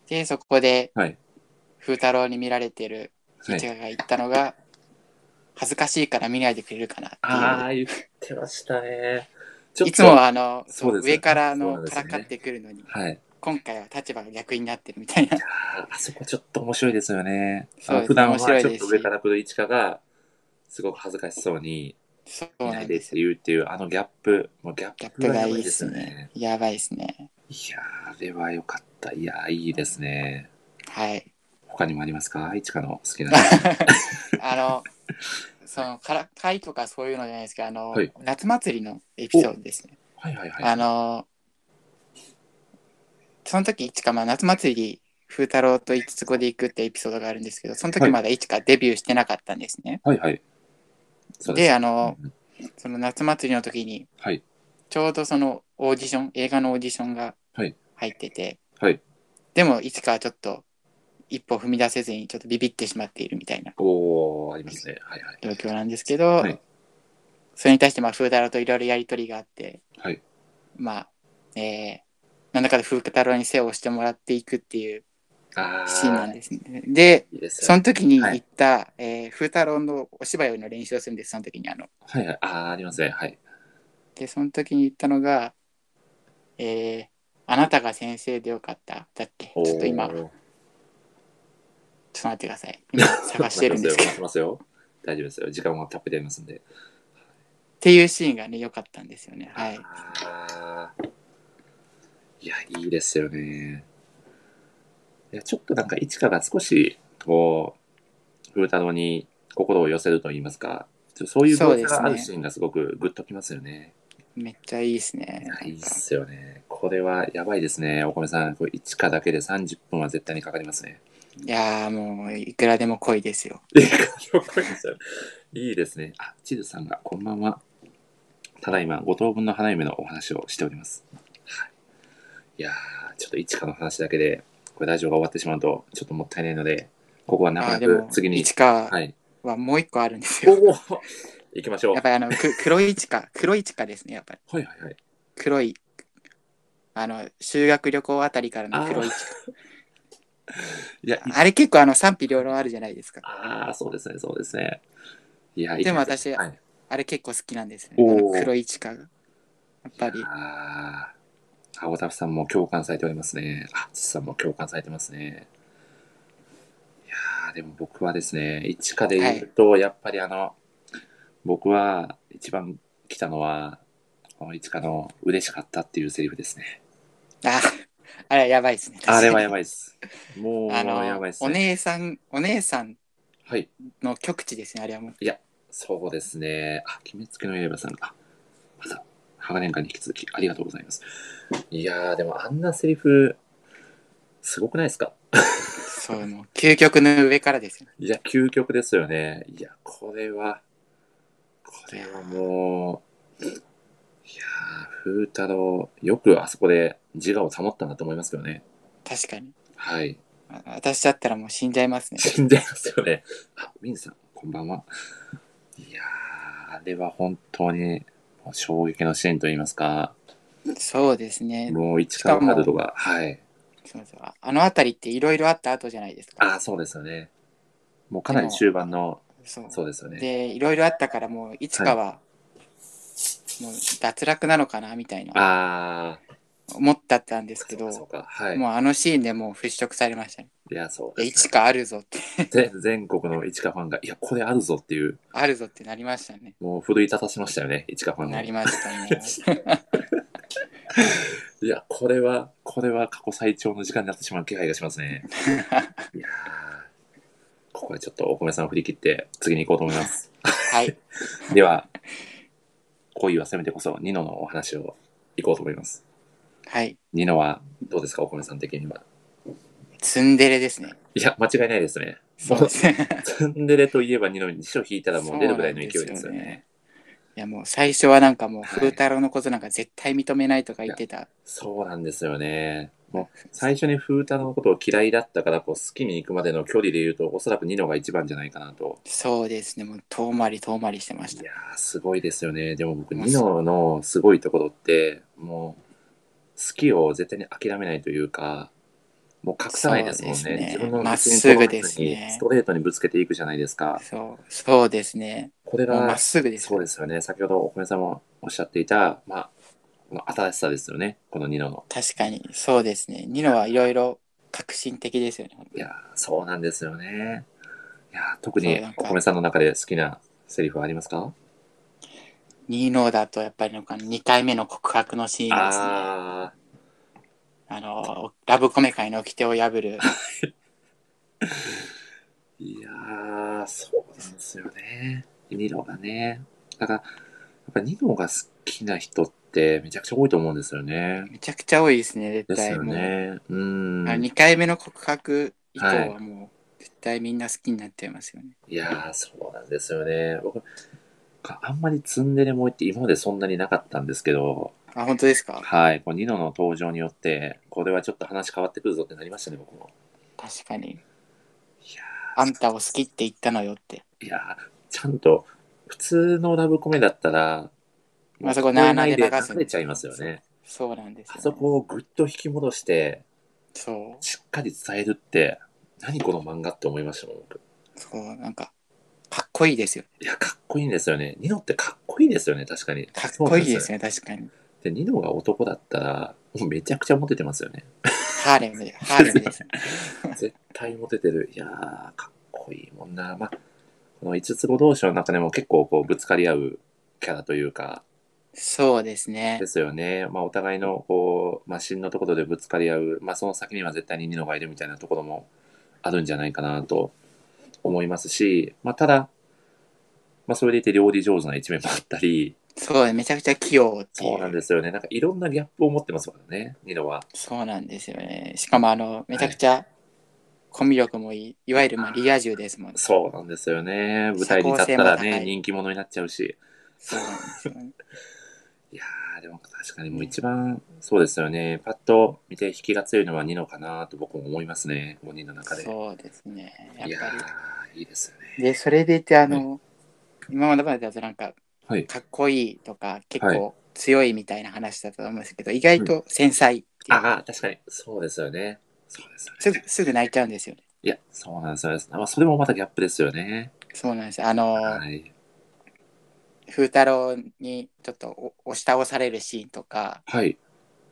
で、そこではい。風太郎に見られてるいはちい。かが言ったのが、恥ずかしいから見ないでくれるかなあっあ、言ってましたね。ちょてっという。いつもはあの、そうですね上からそあうなの、んですかよらねかってくるのに、はい。今回は立場が逆になってるみたいな。あーあそこちょっと面白いですよね。あのそうです普段は面ち白いょでっすと上から来る一花が、すごく恥ずかしそうに、そういなないんででっすてよ。いうっていう、あのギャップ。もうギャギッャッププががやいばいいでですすよねね。。やばいですね。いやー、あれは良かった。いやー、いいですね。はい。他にもありますかいちかの好 きな。あの、その、からかいとかそういうのじゃないですけど、あの、はい夏祭りのエピソードですね。はいはいはい。あの、その時、いちか、まあ、夏祭り、風太郎と五つ子で行くってエピソードがあるんですけど、そのは時いまだいちかデビューしてなかったんですね。はいはい。そうで、すあの、うんその夏祭りの時に、はい。ちょうどそのオーディション、映画のオーディションがはい入ってて、はい。でも、いつかはちょっと一歩踏み出せずにちょっとビビってしまっているみたいなおー、ありますね。はいはい。状況なんですけど、はいそれに対してまあ風太郎といろいろやりとりがあって、はい。まあ、えー、なんだかで風太郎に背を押してもらっていくっていうあー、シーンなんですね。で、いいですそよね。の時に行った、えー風太郎のお芝居の練習をするんです、その時にあの。はいはい。あー、ありますね。はい。で、その時に言ったのが、えーあなたが先生でよかった。だっけおーちょっと今、ちょっと待ってください。今探してるんですけ 待っど。ってますよ。待ってますよ大丈夫ですよ。時間はたっぷりありますんで。ていうシーンがね、良かったんですよね。はい。あーいや、いいですよね。いや、ちょっとなんか、いちかが少し、こう、風太郎に心を寄せると言いますか、ちょっとそういうそう描で写すねがあるシーンがすごくグッときますよね。めっちゃいいですねい。や、いいっなんかすよね。これはやばいですね。お米さん、これ、いちかだけで30分は絶対にかかりますね。いやーもう、いくらでも濃いですよ。いいですね。あ、チズさんが、こんばんは。ただいま、五等分の花嫁のお話をしております。はい。いやー、ちょっと一花の話だけで、これラジオが終わってしまうと、ちょっともったいないので、ここはあ長ーでくも、次にイ。チカはい。はもう一個あるんですおよ。お行きましょう。 やはっぱりあの、く黒いイチカ、黒いイチカですね、やっぱり。いはいはい。黒い、あの、修学旅行あたりからの黒いイチいや、いカ。あれ結構あの賛否両論あるじゃないですか。ああ、そうですね、そうですね。いや、でも私はい、あれ結構好きなんですね。あおーの黒いイチカが。やっぱり、ああ、青田さんも共感されておりますね。あ、ちさんも共感されてますね。いやーでも僕はですね、一課で言うと、やっぱりあの、僕は一番来たのは、この一課の嬉しかったっていうセリフですね。あ、あれはやばいですね。あれはやい。ばいです。もう、あのやばいですおね。姉さん、お姉さんはい。の極地ですね、あれはもう。そうですね。あ、決めつけの刃さんが、また、鋼年間に引き続きありがとうございます。いやー、でもあんなセリフ、すごくないですかそう、もう究極の上からですよ。いや、究極ですよね。いや、これは、これはもう、いやー、風太郎、よくあそこで自我を保ったんだと思いますけどね。確かに。はい。あ私だったらもう死んじゃいますね。死んじゃいますよね。あ、ミンさん、こんばんは。いやー、あれは本当に、衝撃のシーンといいますか、そうですね。もう一からワールドが、はい。そうそうああの辺りっていろいろあった後じゃないですあか。ー、そうですよね。もうかなり終盤の、そうそうですよね。で、いろいろあったからもう、いつかは、もう脱落なのかなみたいな、あー、思ったったんですけそうか、どそうか、はい。もうあのシーンでもう払拭されましたね。いや、そういでや、すいつかあるぞって、で全国の市川ファンが、いや、これあるぞっていう、あるぞってなりましたね。もう奮い立たせましたよね、市川ファンなが。りましたね。いや、これは、これは過去最長の時間になってしまう気配がします ね。いやーここはちょっとお米さんを振り切って、次に行こうと思います。はい。では、恋はせめてこそ、ニノのお話を行こうと思います。はい。ニノは、どうですか、お米さん的には。ツンデレですね。いや、間違いないですね。そう ですね。ツンデレといえばニノに辞書引いたらもう出るぐらいの勢いですよね。そうなんですよねいやもう最初はなんかもう風太郎のことなんか絶対認めないとか言ってた。そうなんですよね。もう最初に風太郎のことを嫌いだったからこう好きに行くまでの距離で言うとおそらくニノが一番じゃないかなと。そうですね。もう遠回り遠回りしてましいた。やーすごいですよね。でも僕まあニノのすごいところってもう好きを絶対に諦めないというかもう隠さないですもんそうですねね。自分のまっすぐですね内にストレートにぶつけていくじゃないですか。そう、そうですね。これもうまがっすぐです。そうですよね。先ほどお米さんもおっしゃっていた、まあ、この新しさですよね。このニノの。確かに、そうですね。ニノはいろいろ革新的ですよね。いやー、そうなんですよね。いやー、特そにうなんかお米さんの中で好きなセリフはありますかニノだとやっぱりなんか2回目の告白のシーンですね。ああの、ラブコメ界の掟を破る。ー、いやー、そうなんですよね。ニノがね。だから、やっぱニノが好きな人ってめちゃくちゃ多いと思うんですよね。めちゃくちゃ多いですね、絶です対。よもうね。うん。あのい2回目の告白以降はもう絶対みんな好きになっちゃいますよね。やー、そうなんですよね。僕、あんまりツンデレ萌えって今までそんなになかったんですけど、あ、本当ですかはい、こうニノの登場によって、これはちょっと話変わってくるぞってなりましたね、僕も。確かに。いやあんたを好きって言ったのよって。いやーちゃんと普通のラブコメだったら、まあそこ聞えないでなあなあで流す流れちゃいますよね。そうなんですよ、ね。あそこをぐっと引き戻して、そう。しっかり伝えるって、何この漫画って思いましたもん、僕。そう、なんか、かっこいいですよ。いや、かっこいいんですよね。ニノってかっこいいですよね、確かに。かっこいいでそうなんすよよね、確かに。で、ニノが男だったら、もうめちゃくちゃモテてますよ ね。ハーレムで、ハーレムです。絶対モテてる。いやー、かっこいいもんな。まあ、この五つ子同士の中でも結構こうぶつかり合うキャラというか、そうですねで。すよね。まあ、お互いのこう、まあ、芯のところでぶつかり合う、まあ、その先には絶対にニノがいるみたいなところもあるんじゃないかなと思いますし、まあ、ただ、まあ、それでいて料理上手な一面もあったり、そう、めちゃくちゃ器用っていう。そうなんですよね。なんかいろんなギャップを持ってますからね、ニノは。そうなんですよね。しかも、あの、めちゃくちゃ、コミュ力もいい。いわゆる、まあ、リア充ですもん。そうなんですよね。舞台に立ったら社交性もね、高い人気者になっちゃうし。そうなんですよね。いやーでも確かにもう一番そうですよね。パッと見て引きが強いのはニノかなと僕も思いますね。5人の中で。そうですね。やっいやぱーいいですよね。り。で、それでいて、あの、今までまでだとなんか、はい。かっこいいとか、結は構強いみたいな話だったと思うんですけど、意外と繊細っていうかああ、確かに。そうですよね。そうですよね。すぐ、すぐ泣いちゃうんですよね。いや、そうなんですよね。まあ、それもまたギャップですよね。そうなんです。あの、はい。風太郎にちょっとお押し倒されるシーンとか、はい。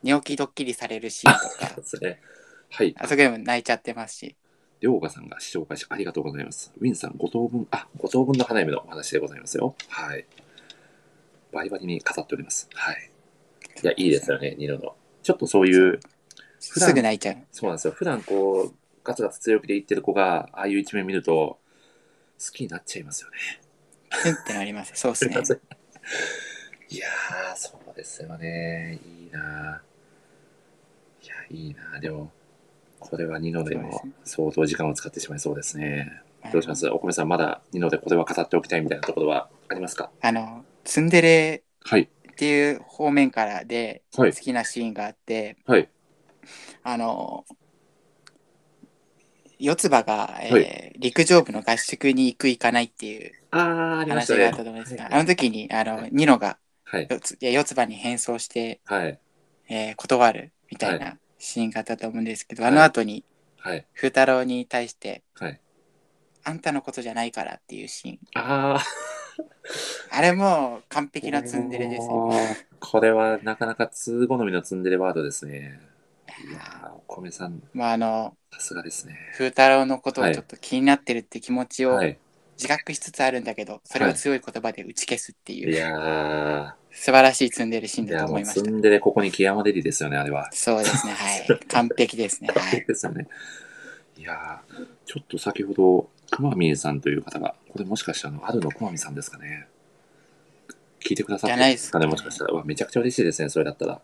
寝起きドッキリされるシーンとかそう、ですね。はい。あそこでも泣いちゃってますし、りょうがさんが視聴開始ありがとうございます。ウィンさん5等分、あ、5等分の花嫁のお話でございますよ。はい。バリバリに語っております。はい。いや、いいですよね、ニノの。ちょっとそういう、普段すぐ泣いちゃう。そうなんですよ。普段こう、ガツガツ強気で言ってる子が、ああいう一面見ると、好きになっちゃいますよね。ふんってなります。そうですすいねま。せん。いやー、そうですよね。いいなー。いや、いいなー。でも、これはニノでも相当時間を使ってしまいそうですね。どうしますお米さん、まだニノでこれは語っておきたいみたいなところはありますかあの、ツンデレはい。っていう方面からでは好い。きなシーンがあって、はい。あの、四つ葉が、えーは陸上部の合宿に行く行かないっていうあー、ありました話があったね。と思うんですが、はいあの時にあの、はいニノがはい。四ついや四つ葉に変装して、はい。えー断るみたいなシーンがあったと思うんですけど、はいあの後にはい。風太郎に対して、はい。あんたのことじゃないからっていうシーン。あー。あれもう完璧なツンデレですよ。おーこれはなかなか通好みのツンデレワードですね。いやー、お米さん、まあ、あの、さすがですね。風太郎のことをちょっと気になってるって気持ちをはい。自覚しつつあるんだけど、それを強い言葉で打ち消すっていう、いや素晴らしいツンデレシーンー、いだやとも思いうましツた。ンデレここに極まれりですよね、あれは。そうですね、 はい。完璧ですね、はい。ですよね。いやー、ちょっと先ほど、くまみんさんという方が、これもしかしてあの、あるのくまみんさんですかね。聞いてくださってじゃないですかねもしかしたら。うわめちゃくちゃ嬉しいですね、それだったら。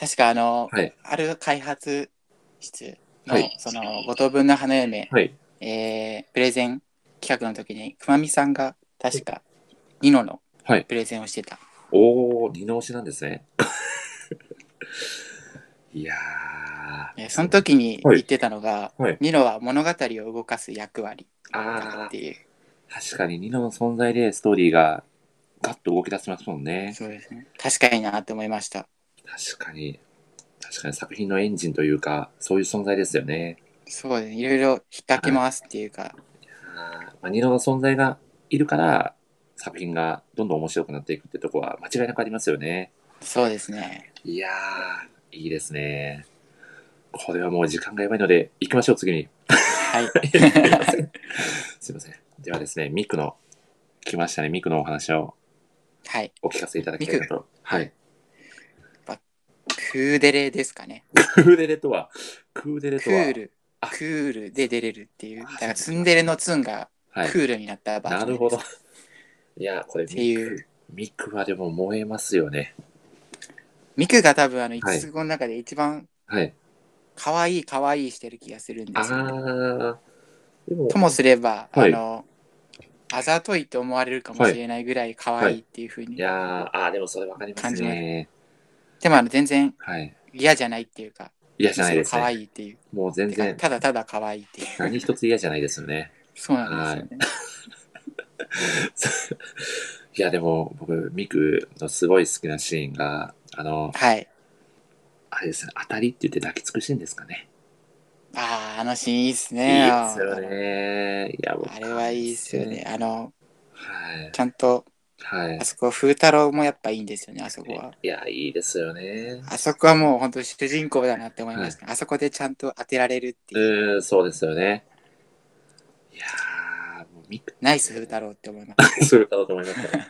確かあの、はい。ある開発室の、はいその、五等分の花嫁、はい。えー、プレゼン企画の時に、くまみさんが確か、ニノのはいプレゼンをしてた。おー、二の推しなんですね。 いやー。えーその時にはい言ってたのが、はいニノは物語を動かす役割だからあっていー、う。確かに二のの存在でストーリーがガッと動き出しますもんね。そうですね。確かになって思いました。確かに。確かに作品のエンジンというか、そういう存在ですよね。そうですね。いろいろ引っかき回すっていうか、あーまあ、ニノの存在がいるから、作品がどんどん面白くなっていくってとこは間違いなくありますよね。そうですね。いやー、いいですね。これはもう時間がやばいので、行きましょう、次 に。はい。すいません。ではですね、ミクの、来ましたね、ミクのお話をはい。お聞かせいただきたいなと。はい。クーデレですかね。クーデレとは、クーデレクとは、ールあ。クールで出れるっていう。あだからツンデレのツンがクはい。ールになったバージョなンでるすほど。いやー、これってミいクう、ミクはでも燃えますよね。ミクが多分あの、五つ子の中で一番はい。可愛い可愛いしてる気がするんあですよ、ね。ー、でもと、もすれば、はいあの、あざといと思われるかもしれないぐらい可愛いっていうふうに。いやー、あーでもそれわかります感じね。でもあの全然はい。嫌じゃないっていうか、嫌じゃないです可ね。愛いっていう。もう全然、ただただ可愛いっていう。何一つ嫌じゃないですよね。そうなんですよね。いや、でも僕、ミクのすごい好きなシーンが、あの、はい。あれですね、当たりって言って抱きつくシーンですかね。ああ、あのシーンいいっすいいね。ですよね。いや、僕あれはいいっすよね。。あの、はい。ちゃんと、はいあ。そこ、風太郎もやっぱいいんですよね、あそこは。いや、いいですよね。あそこはもう本当主人公だなって思いました、あそこでちゃんと当てられるっていう。うーん、そうですよね。いやー、もうミクナイス風太郎って思いま した。そうだろうと思いましたね。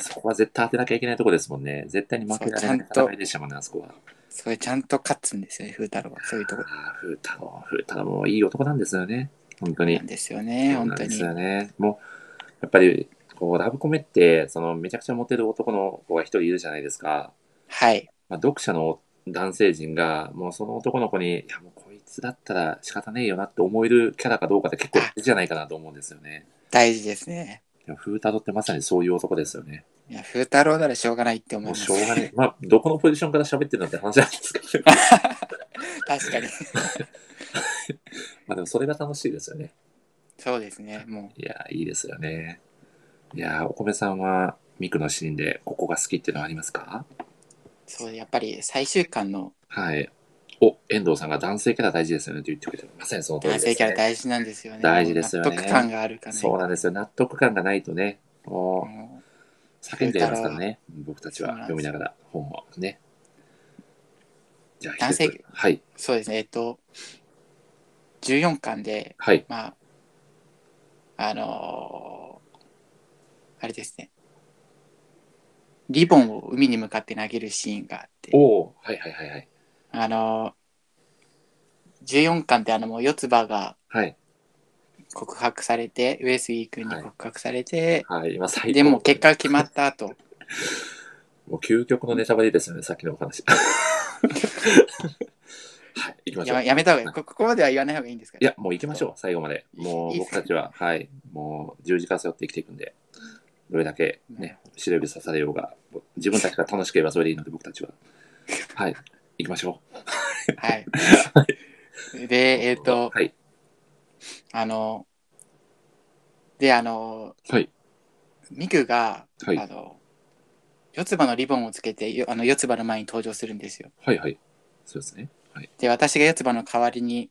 そこは絶対当てなきゃいけないとこですもんね。絶対に負けられないそうちゃんと戦いでしたもんね、あそこは。それちゃんと勝つんですよね、風太郎は。そういうとこああ、風太郎、風太郎もいい男なんですよね。本当になん。ですよね、そう本なん当ですに。よね。もう、やっぱり、こう、ラブコメって、その、めちゃくちゃモテる男の子が一人いるじゃないですか。はい。まあ、読者の男性陣が、もうその男の子に、いや、もうこいつだったら仕方ねえよなって思えるキャラかどうかって結構大事じゃないかなと思うんですよね。大事ですね。でも風太郎ってまさにそういう男ですよね。いや、風太郎ならしょうがないって思いもうます。しょうがない。まあ、どこのポジションから喋ってるのって話なんですけど、確かに。まあでもそれが楽しいですよね。そうですね。もいや、いいですよね。いや、お米さんは、ミクのシーンでここが好きっていうのはありますかう、そう、やっぱり最終巻のはい。お、遠藤さんが男性キャラ大事ですよねって言ってくれてまさにその通りで男す、ね。性キャラ大事なんですよね。大事ですよね納得感があるかね。そうなんですよ。納得感がないとね、もうも叫んじゃいますからね。僕たちは読みながら本をね。じゃあ、男性一つはい、うそうですね。えっと、14巻で、はい。まあ、あのーあれですね。リボンを海に向かって投げるシーンがあって、おおはいはいはいはい。あのー14巻ってあのもう四つ葉がはい。告白されて、上杉君に告白されて、はい。今最後でもう結果が決まっ た後、もう究極のネタバレですよね、さっきのお 話。はい、行きましょうや。やめた方がいい。こここまでは言わない方がいいんですかいや、もう行きましょう、最後まで。もいういっす僕たちは、はい、もう十字架背負って生きていくんで、どれだけなるね、白指刺されようが、自分たちが楽しければそれでいいので、僕たちは。はい、行きましょ はい。う。で、えっ、と、はい、あの、で、あの、はい、ミクが、はいあの、四つ葉のリボンをつけて、よあの四つ葉の前に登場するんですよ。はい、はい。そうですね。はい。で、私が四つ葉の代わりに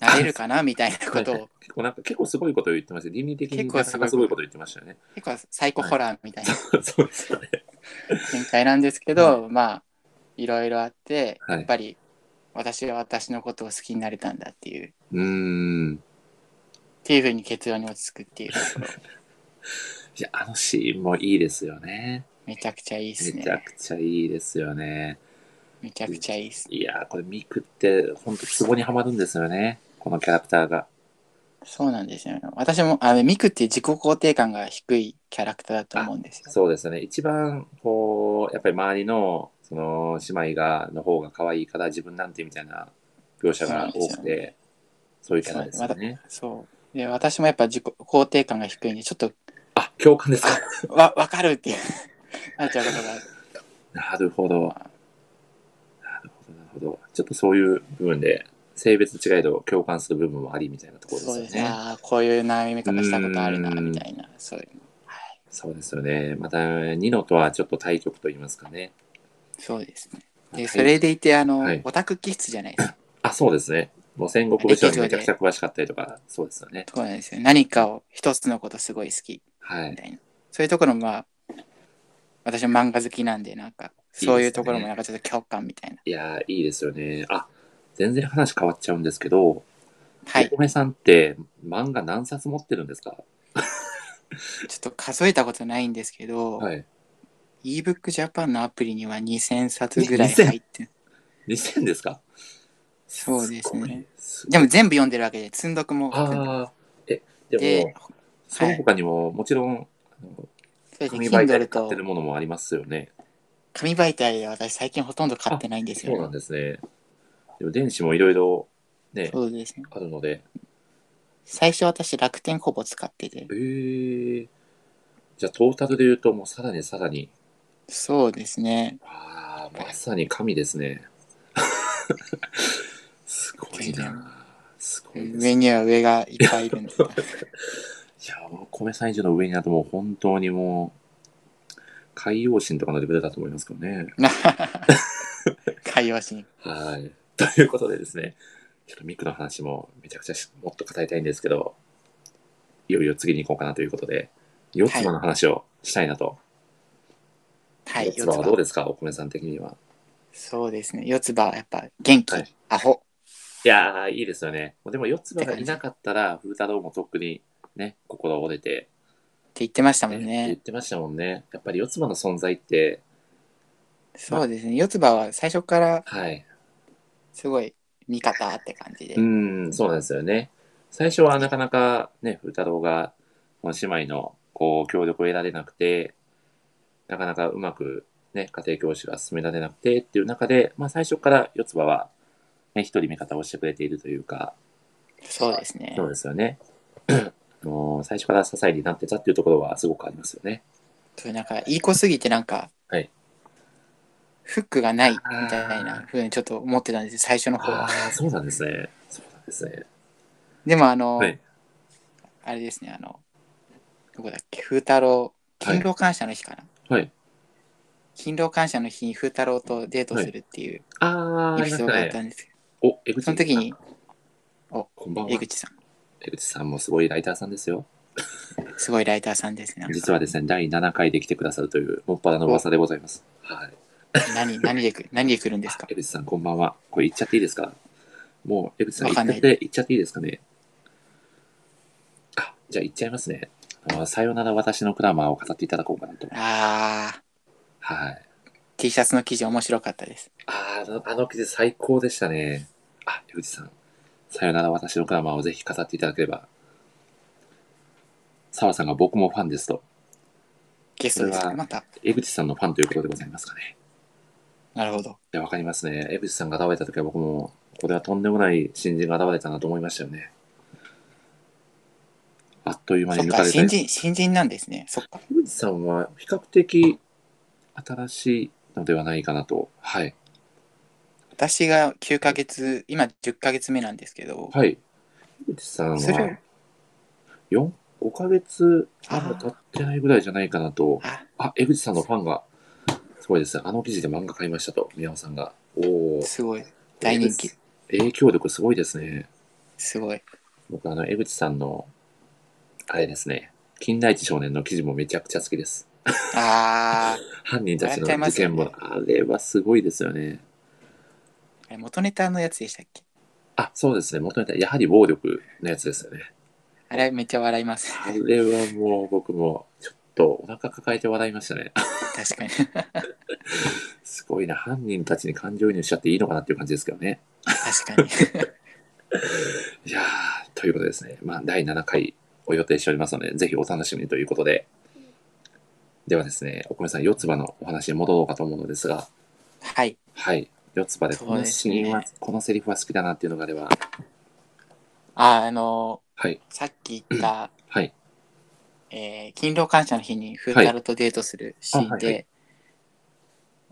なれるかなみたいなことはいを、結構なんか、結構すごいことを言ってました。倫理的に結構なかなかすすごごいいここと言ってましたよね。 結構サイコホラーみたいなそうですよね。展開なんですけど、まあ、いろいろあって、はいやっぱり、私は私のことを好きになれたんだっていう、っうーん。ていうふうに結論に落ち着くっていうところ、いや、あのシーンもいいですよね。めちゃくちゃいいですめちゃね。くちゃいいですよね。めちゃくちゃいいっす。いやー、これミクって、ほんとツボにはまるんですよね。このキャラクターが。そうなんですよね。私も、あの、ミクって自己肯定感が低いキャラクターだと思うんですよ。そうですね。一番、こう、やっぱり周りの、その、姉妹が、の方が可愛いから、自分なんてみたいな描写が多くそうなんですよて、そういうキャラですよね。そう。で、私もやっぱ自己肯定感が低いんで、ちょっと、あ、共感ですか。わ、わかるっていう、 なっちゃうことがある。なるほど。なるほど、なるほど。ちょっとそういう部分で、性別違いど共感する部分もありみたいなところですそうよですね。ね。ああ、こういう悩み方したことあるな、うんみたいな、そういうの。はい。そうですよね。また、ニノとはちょっと対局と言いますかね。そうですね。はで、いそれでいて、あの、はいオタク気質じゃないですか。あ、そうですね。もう戦国武将にめちゃくちゃ詳しかったりとか、そうですよね。そうなんですよ。何かを、一つのことすごい好き、はみい。たいな。そういうところも、まあ、私は漫画好きなんで、なんか、そういうところもなんかちょっと共感みたいな。いやー、いいですよね。あ、全然話変わっちゃうんですけど、はいお。米さんって漫画何冊持ってるんですかちょっと数えたことないんですけど、はい。 ebook Japan のアプリには2000冊ぐらい入ってる。 2000ですかそうですね。すごいでも全部読んでるわけで、積んどくも含めて。ああ、え、でもで、、その他にも、もちろん、あのそうです紙ね、媒体 Kindle で買っとてるものもありますよね。紙媒体で私最近ほとんど買ってないんですそうなよんね。ですね。でも電子もいろいろね、そうですね。あるので、最初私楽天ほぼ使っててえ。ー、じゃあトータルで言うと、もうさらにさらに、そうですね。ああ、まさに神ですね。 すごいな。すごいですね上。には上がいっぱいいるんいで。や、もう米さん以上の上になるともう本当にもう、海洋神とかのレベルだと思いますけどね。 会話しに。はい。 ということでですね、ちょっとミクの話もめちゃくちゃしもっと語りたいんですけど、いよいよ次に行こうかなということで、四つ葉の話をしたいなと。はい、四つ四葉はどうつ葉。ですかお米さん的には。そうですね。四つ葉はやっぱ元気、はいアホ。いやー、いいですよね。でも四つ葉がいなかったら、風太郎もとっくにね、心折れて、って言ってましたもねん言っね。てましたもんね。やっぱり四つ葉の存在って、そうですね。四つ葉は最初からはい。すごい味方って感じで。うん、そうなんですよね。最初はなかなかね、風太郎が、この姉妹の、こう、協力を得られなくて、なかなかうまく、ね、家庭教師が進められなくてっていう中で、まあ最初から四つ葉は、ね、一人味方をしてくれているというか、そうですねそ。 うですよね。あの最初から支えになってたっていうところはすごくありますよね。そういうなんか、いい子すぎてなんか、はいフックがないみたいなふうにちょっと思ってたんですよ最初の方あは。あ、そうなんですね。そうなんですね。でもあの、はい。あれですね、あの、どこだっけ、風太郎、勤労感謝の日かな。はい。勤労感謝の日に風太郎とデートするっていうああ、エあピりましソードたがあったね。んですけど、お、江口その時にこんばんは。江江口口さん、さんもすごいライターさんですよ。すごいライターさんですね。なんか実はですね、第7回で来てくださるという、もっぱらの噂でございます。はい。何、何で来、何で来るんですか江口さん、こんばんは。これ言っちゃっていいですかもう、江口さん、わ言かっんちなゃいって、言っちゃっていいですかねあ、じゃあ言っちゃいますね。あのさよなら私のクラマーを語っていただこうかなと。ああ、はい。 T シャツの記事面白かったです。あーあの、あの記事最高でしたね。あ、江口さん。さよなら私のクラマーをぜひ語っていただければ。澤さんが僕もファンですと。ゲストですそれかはまた。江口さんのファンということでございますかね。なるほど。いや、わかりますね。江口さんが倒れた時は僕も、これはとんでもない新人が倒れたなと思いましたよね。あっという間にそ抜っかか、れて。新江人、新人なんですね。そっか。口さんは比較的新しいのではないかなと。はい。私が9ヶ月、今10ヶ月目なんですけど、はい。江口さんそはれ、 4、5ヶ月まあーだ経ってないぐらいじゃないかなと。あ、あ、江口さんのファンが、すごいですね。あの記事で漫画買いましたと、宮尾さんが。おー。すごい。大人気。影響力すごいですね。すごい。僕あの江口さんのあれですね金田一少年の記事もめちゃくちゃ好きですあー犯人たちの笑っちゃい事件ますよねも、あれはすごいですよねあれ、元ネタのやつでしたっけあそうですね元ネタやはり暴力のやつですよねあれ、めっちゃ笑います。あれはもう僕もちょっとお腹抱えて笑いましたね確かに。すごいな犯人たちに感情移入しちゃっていいのかなっていう感じですけどね確かに。いやーということですねまあ第7回を予定しておりますのでぜひお楽しみにということでではですねお米さん四つ葉のお話に戻ろうかと思うのですがはい。はい。四つ葉で、こそうのですシねーンは、このセリフは好きだなっていうのがあれば、あ、あのはい。ー、さっき言った、はい。えー、勤労感謝の日に風太郎とデートするシーンで、はいあは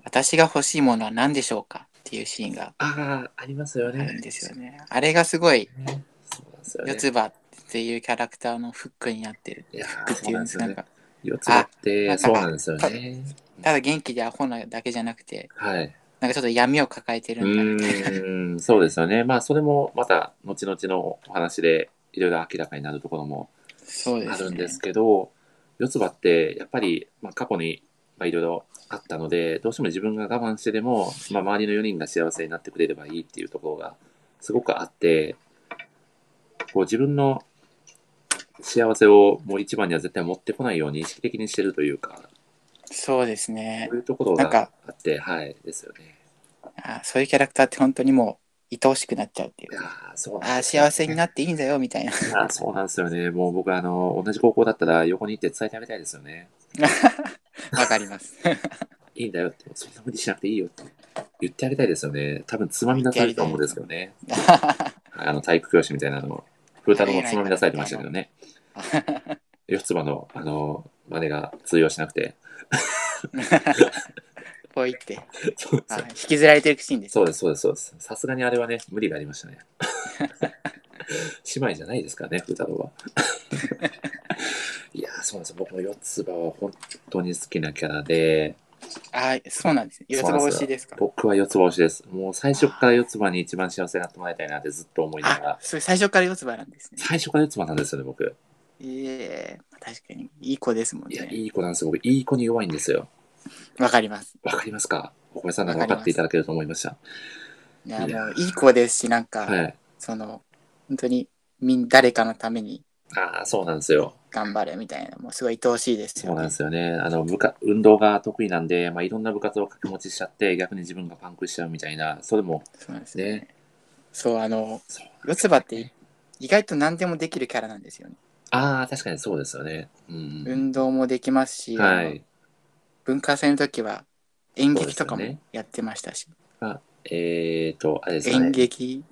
私が欲しいものは何でしょうかっていうシーンがああ、ありますよあね。るんですよね。あれがすごい、そうなんですよね四。つ葉っていうキャラクターのフックになってる。いやーフックっていうんですそうなか、なんんでか、四つ葉って、あそうなんですよね。ただ元気でアホなだけじゃなくて、はい。なんかちょっと闇を抱えてうるんだみたいな。ーん、そうですよね。まあ、それもまた、後々のお話で、いろいろ明らかになるところもそうです、ね。あるんですけど、四つ葉って、やっぱり、まあ、過去に、まあ、いろいろあったので、どうしても自分が我慢してでも、まあ、周りの4人が幸せになってくれればいいっていうところが、すごくあって、こう、自分の幸せをもう一番には絶対持ってこないように意識的にしてるというか、そうですねそう。いうところなんかがあって、はい、ですよね。あそういうキャラクターって本当にもう愛おしくなっちゃうっていいうやか。ーそうあなんあ、ですよね幸せになっていいんだよみたいな。いやーそうなんですよね。もう僕、あの、同じ高校だったら横に行って伝えてあげたいですよね。わかります。いいんだよって、そんな無理しなくていいよって言ってあげたいですよね。多分つまみ出されると思うんですけどね。あの体育教師みたいなのも、風太郎もつまみ出されてましたけどね。四つ葉の、あの、真似が通用しなくて。 ぽいって。そうあ引きずられてるシーンです。です、そうです、そうです。さすがにあれはね、無理がありましたね。姉妹じゃないですからね、風太郎は。いやー、そうなんですよ。僕も四つ葉は本当に好きなキャラで、ああ、そうなんですね。四つ葉推しですか。僕は四つ葉推しです。もう最初から四つ葉に一番幸せになってもらいたいなってずっと思いながあら、。それ最初から四つ葉なんですね。最初から四つ葉なんですよね、僕。いえ、確かに。いい子ですもんいや、ね。いい子なんですよ。僕、いい子に弱いんですよ。わかります。わかりますかお米さんなら分かっていただけると思いました。いや、いやもういい子ですし、なんか、はい。その、本当に、みん、誰かのためにああ、そうなんですよ。頑張れみたいな、もうすごい愛おしいですそようなんね。ですよね。あの、部下、運動が得意なんで、まあ、いろんな部活を掛け持ちしちゃって、逆に自分がパンクしちゃうみたいな、それも、そうなんですね。そう、あの、そうなんですよね四つ葉って意外と何でもできるキャラなんですよね。ああ、確かにそうですよね。うん。運動もできますし、はあのい。文化祭の時は演劇とかそうですもねやってましたし、えっ、ー、と、あれですよね演。劇、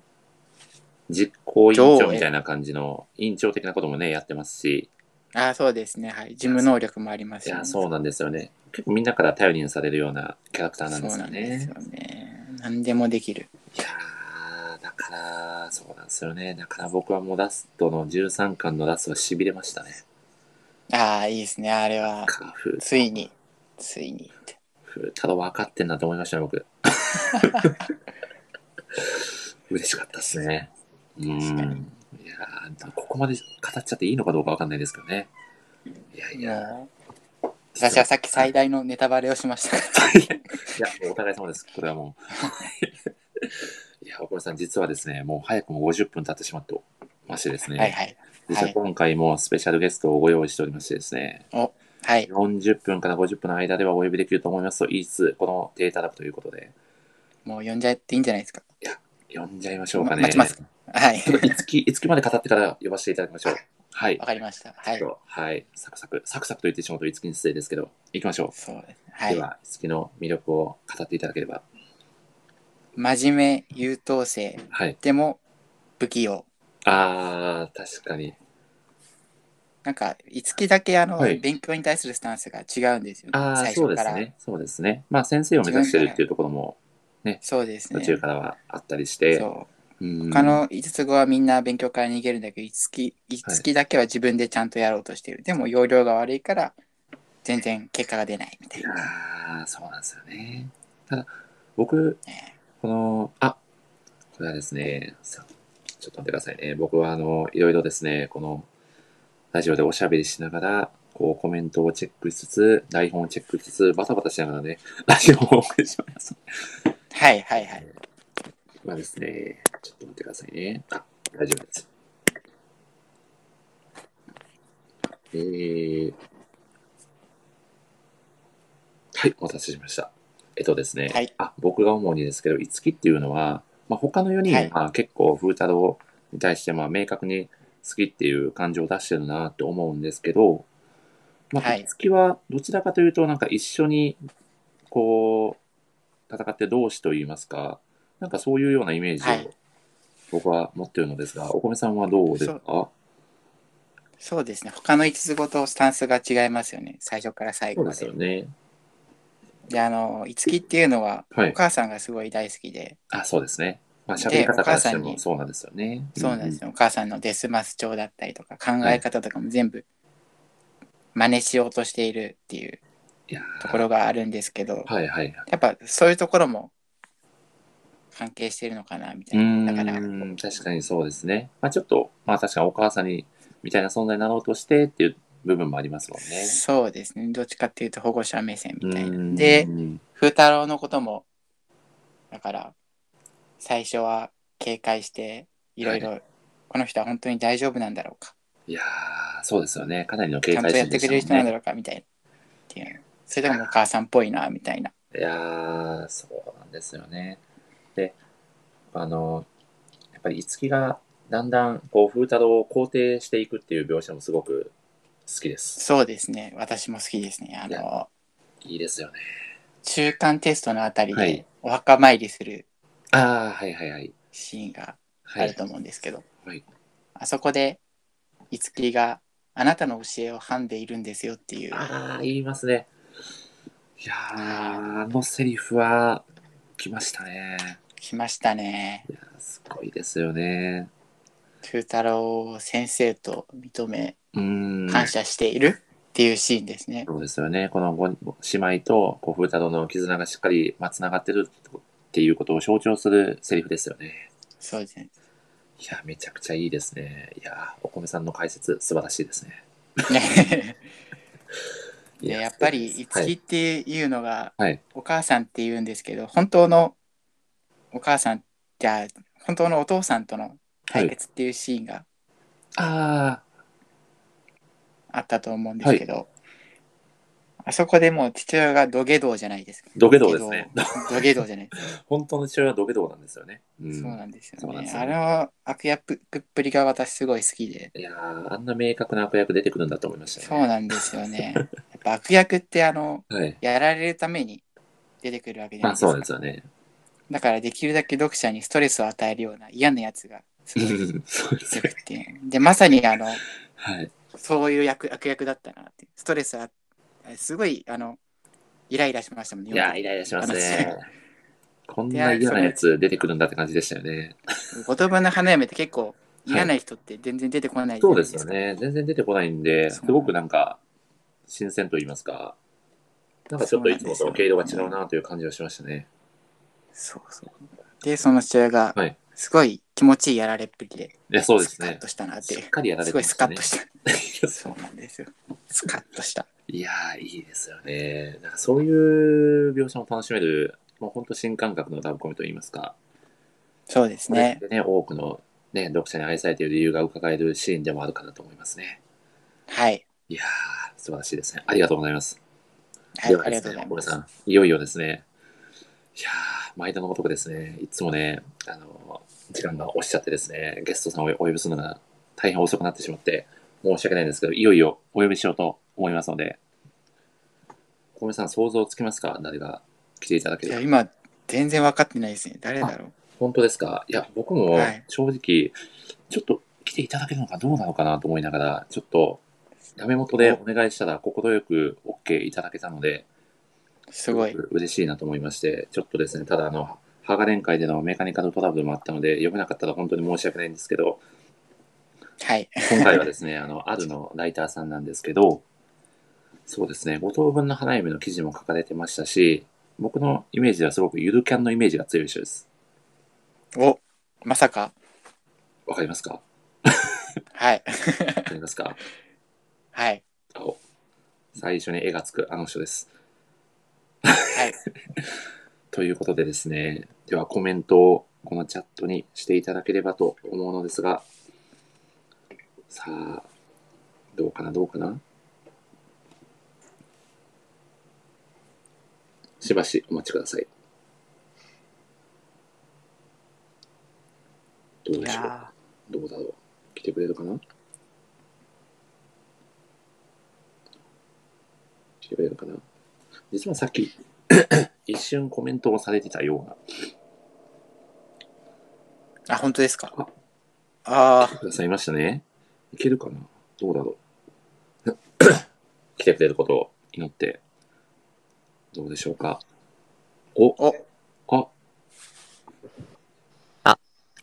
実行委員長みたいな感じの委員長的なこともねやってますしああ、そうですね。はい。事務能力もありますいよねや、そうなんですよね。結構みんなから頼りにされるようなキャラクターなんですよね。そうなんですよね。何でもできる。いやーだから、そうなんですよね。だから僕はもうラストの13巻のラストは痺れましたね。ああ、いいですね。あれは。カーフついに、ついにって。ー、ただ分かってんなと思いましたね、 僕。嬉しかったですね。うん。い確かやにーここまで語っちゃっていいのかどうかわかんないですけどね。いやいや、もう、私はさっき最大のネタバレをしましたから。いや、もうお互い様です。これはも う。いや、岡村さん、実はですね、もう早くも50分経ってしまってましてですね、はいはい。実は今回もスペシャルゲストをご用意しておりましてですね、はい。 40分から50分の間ではお呼びできると思いますと言いつつ、この手いただくということで、もう呼んじゃっていいんじゃないですか。呼んじゃいましょうかね。ま待ちます。は い。いつき、いつきまで語ってから呼ばせていただきましょう。はいわ。かりました。はいち。ょっとはい。サクサク、サクサクと言ってしまうといつきに失礼ですけど、行きましょそうですね。う。はでい。は、いつきの魅力を語っていただければ。真面目、優等生、はい。でも不器用。あー、確かに。なんか、いつきだけあの、はい勉強に対するスタンスが違うんですよ、ね。ああ、最そうで初かすら。ね。そうですね。まあ、先生を目指してるっていうところも、そうです途ね。中からはあったりして。そううん他の5つ子はみんな勉強から逃げるんだけど、いつき、いはいつきだけは自分でちゃんとやろうとしてる。でも容量が悪いから、全然結果が出ないみたいな。ああ、そうなんですよね。ただ、僕、ねこの、あ、これはですね、さちょっと待ってくださいね。僕は、あの、いろいろですね、この、ラジオでおしゃべりしながら、こう、コメントをチェックしつつ、台本をチェックしつつ、バタバタしながらね、ラジオをお送りします。はいはいはい。まあですね、ちょっと待ってくださいね。あ、大丈夫です。えー、はい、お待たせしました。えっとですね、はいあ僕が主にですけど、いつきっていうのは、まあ、他の4人ははいまあ結構、風太郎に対してまあ明確に好きっていう感情を出してるなって思うんですけど、まあ、はいいつきはどちらかというと、なんか一緒にこう、戦って同志といいますか、なんかそういうようなイメージはいを僕は持ってるのですが、お米さんはどうですかそうですね。他の5つ子とスタンスが違いますよね。最初から最そ後うまで。ですよね。で、あの、いつきっていうのは、はおい。母さんがすごい大好きで、あ、そうですね。まあ、で喋り方からしてお母さんもにそうなんですよね。そうなんですよ。よ。お母さんのデスマス調だったりとか、考え方とかも全部、真似しようとしているっていういやーところがあるんですけど、はいはい。やっぱそういうところも関係してるのかなみたういーな。だから、ん、確かにそうですね。まあ、ちょっと、まあ、確かにお母さんに、みたいな存在になろうとしてっていう部分もありますもんね。そうですね。どっちかっていうと保護者目線みたいうな。んで、、風太郎のことも、だから、最初は警戒して、いろいろ、この人は本当に大丈夫なんだろうか、いやーそうですよね。かなりの警ちゃん戒とやっ心てでしくたれもんる人なんね。だろうかみたいな。っていう。それでもお母さんっぽいな、みたいな。いやーそうなんですよね。で、あの、やっぱり五木がだんだん、こう、風太郎を肯定していくっていう描写もすごく好きです。そうですね。私も好きですね。あいの、いいですよね。中間テストのあたりはでい、お墓参りするああ、はいはいはい。シーンがはあるい。と思うんですけど、はいあそこで五木があなたの教えをはんでいるんですよっていうああ、言いますね。いやーあのセリフは、来ましたね。来ましたねいやーすごいですよね。風太郎を先生と認めうーん。感謝しているっていうシーンですね、そうですよね。このご姉妹とこう風太郎の絆がしっかりまあ繋がってるっていうことを象徴するセリフですよね。そうで すねいや、めちゃくちゃいいですね。いや、お米さんの解説、素晴らしいですね。いでやっぱりそうです五木っていうのが、はい。はい。お母さんって言うんですけど本当のお母さんってあ本当のお父さんとの対決っていうシーンがああったと思うんですけど、あそこでもう父親が土下座じゃないですかあ、土下座ですね。土下座じゃない。本当の父親は土下座なんですよね。 うん、そうなんですそようなんでね。すよねあれは悪役っぷりが私すごい好きで。いやーあんな明確な悪役出てくるんだと思いましたそうね。なんですよね。やっぱ悪役ってあの、はい。やられるために出てくるわけじゃまあないですか。そうですよね。 だからできるだけ読者にストレスを与えるような嫌なやつがすうごいんそうですよ強くね。て。で、まさにあの、はい。そういう役悪役だったなって。ストレスは、すごい、あの、イライラしましたもんね。いや、イライラしますね。こんいなや嫌なやつ出てくるんだって感じでしたよね。言葉の花嫁って結構、嫌な人って全然出てこないじゃそうなでいすよね。全然出てこないんで、すそうごくなんか、新鮮と言いますか、なんかちょっといつもと毛色が違うなという感じはしましたね。そうそう。で、その父親がはい、すごい気持ちいいやられっぷりで、いや、そうでスすカッねと。したなっしていっう。かりやられすてごまいスしたカッねと。した。そうなんですよ。スカッとした。いやー、いいですよね。なんかそういう描写も楽しめる、もう本当新感覚のラブコメといいますか、そうですね。これってね、多くの、ね、読者に愛されている理由が伺えるシーンでもあるかなと思いますね。はい。いやー、素晴らしいですね。ありがとうございます。はい、ではありでがすとね、うござい小ま部すさ。ん、いよいよですね。いやー、毎度のごとくですね、いつもね、あの、時間が押しちゃってですね、ゲストさんをお呼びするのが大変遅くなってしまって、申し訳ないんですけど、いよいよお呼びしようと思いますので、小部さん、想像つきますか誰が来ていただけいるや、か。今、全然分かってないですね。誰だろう。本当ですかいや、僕もはい正直、ちょっと来ていただけるのかどうなのかなと思いながら、ちょっと、ダメ元でお願いしたら、快く OK いただけたので、すごい。嬉しいなと思いまして、ちょっとですね、ただあの、ハガレン会でのメカニカルトラブルもあったので、読めなかったら本当に申し訳ないんですけど、はい。今回はです ね、あの、あるのライターさんなんですけど、そうですね、五等分の花嫁の記事も書かれてましたし、僕のイメージではすごくゆるキャンのイメージが強い人です。お、まさか。わかりますかはい。わかりますかはい。青最初に絵がつくあの人です。はい。 ということでですね、ではコメントをこのチャットにしていただければと思うのですが、さあ、どうかな、どうかな。しばしお待ちください。どういでしょうやどうだろう来てくれるかな来てくれるかな実はさっき 一瞬コメントをされてたようなーあ、本当ですかあ。あくださいましたね。いけるかなどうだろう 来てくれることを祈って、どうでしょうかお、おあ、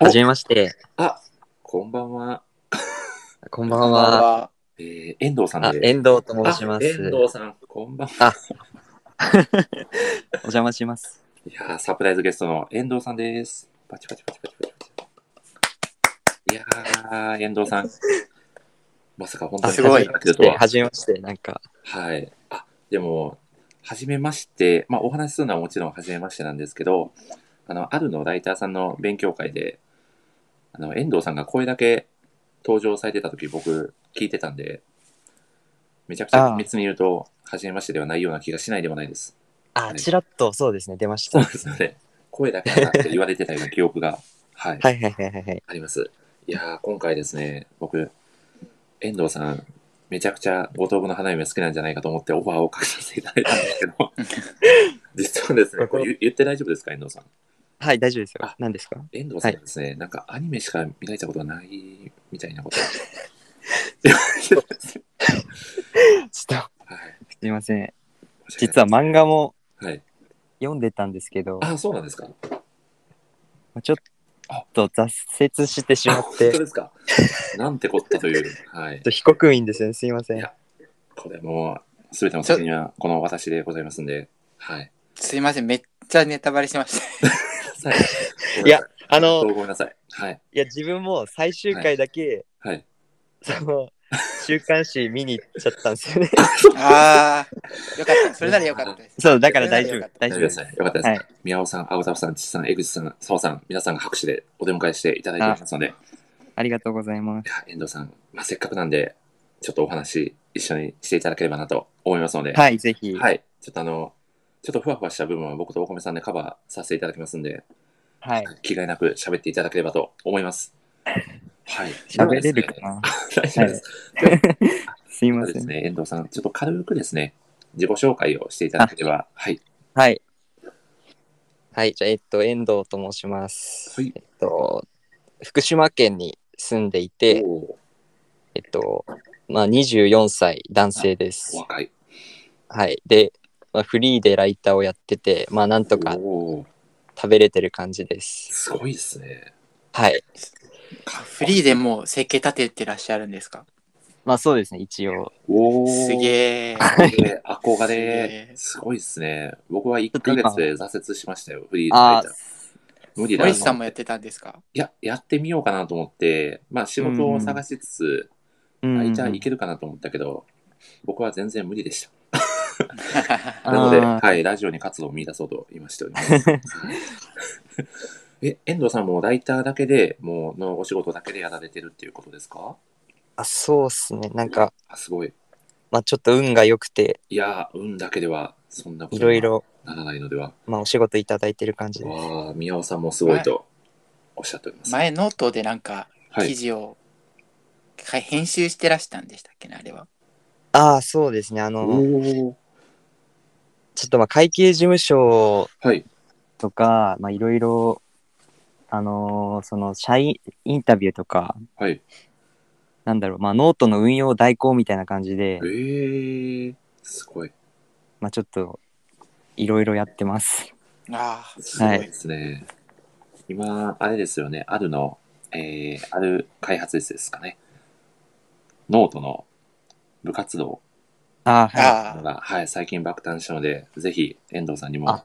おはじめまして。あ、こんばんは。こんあ。ばんは。えー、遠藤さんあ、で。遠藤と申します。あ遠藤さん、こんばんは。お邪魔します。いやー、サプライズゲストの遠藤さんです。パチパチパチパチパチパチ。いやー、遠藤さん。 まさか本当あにすごい来てただけるとはは。じめまして。なんか、はい。あ、でも、初めまして、まあ、お話しするのはもちろん初めましてなんですけど、あの、あるのライターさんの勉強会で、あの、遠藤さんが声だけ登場されてた時僕、聞いてたんで、めちゃくちゃああ密に言うと、初めましてではないような気がしないでもないです。はあ、いちらっと、そうですね、出ました。そうはいですよね。声だけだなって言われてたような記憶 が、はい、はいはいはいはい。あります。いやー、今回ですね、僕、遠藤さん、めちゃくちゃ五等分の花嫁好きなんじゃないかと思ってオファーをかけさせていただいたんです けど、実はですね、これ言言って大丈夫ですか、遠藤さん。はい、大丈夫ですよあ。何ですか遠藤さんはですね、なんかアニメしか見られたことがないみたい なことを。ちょっと、はい、すみません。申し訳実は漫画もないはい。読んでたんですけど、あ、そうなんですか。ちょっと挫折してしまあっ本て、当ちょですか。なんてこったという。はいっ。と非国民ですよね。すみませいんや。これもう、すべての責任はこの私でございますんで、はい。すいません。めっちゃネタバレしました。さあいや、あごの、めんなさいごめんなさい。はい。いや、自分も最終回だけ、はい。そ の、週刊誌見に行っちゃったんですよね。 ああ。よかった。それならよかったです。 そう、だから大丈夫。大大丈丈夫夫でですす。ね。よかったです。はい宮尾さん、青田さん、ちさん、江口さん、澤さん、皆さんが拍手でお出迎えしていただいておりますので、いありがとうございます。や、遠藤さん、まあ、せっかくなんで、ちょっとお話一緒にしていただければなと思いますので、はい、ぜひ。はい。ちょっとあの、ちょっとふわふわした部分は僕とお米さんでカバーさせていただきますんで、はい。気概なく喋っていただければと思います。はい。喋れるかな大丈夫です。すいそまうせでん す。ね、遠藤さん、ちょっと軽くですね、自己紹介をしていただければ、はい。はい。はい、じゃあ、えっと、遠藤と申します。はいえっと、福島県に住んでいて、おーえっと、まあ、24歳男性ですお。若い。はい。で、まあ、フリーでライターをやってて、まあ、なんとかおー食べれてる感じです。すごいですね。はい。フリーでもう設計立ててらっしゃるんですかまあ、そうですね、一応。おーすえ。げえ。憧すげれえ。すごいですね。僕は1ヶ月で挫折しましたよ、フリーラあイター。無理だ森な内さんもやってたんです かいや、やってみようかなと思って、まあ仕事を探しつつ、うんライターいけるかなと思ったけど、僕は全然無理でした。あーなので、はい、ラジオに活動を見出そうと今しており ます。え、遠藤さんもライターだけで、もうのお仕事だけでやられてるっていうことですかあ、そうっすね。なんか、あ、すごい。まあ、ちょっと運が良くて、いやー、運だけではそんなこといにろいろ、ならないのでは。まあ、お仕事いただいてる感じです。わあ、宮尾さんもすごいとおっしゃっております。前ノートでなんかは記い。事を、はい編集してらしたんでしたっけねあれは。ああ、そうですね。あおの、お。ちょっとまあ、会計事務所はい。とか、まあ、いろいろ、あのーその、社員インタビューとか、はい。なんだろう、まあ、ノートの運用代行みたいな感じでえ、ー、すごい。まあ、ちょっと、いろいろやってます。ああ、すごいですね。今、あれですよね。あるの、えー、ある開発室ですかね。ノートの部活動ああ、はい。ああ、が、はい、最近爆誕したので、ぜひ遠藤さんにもあ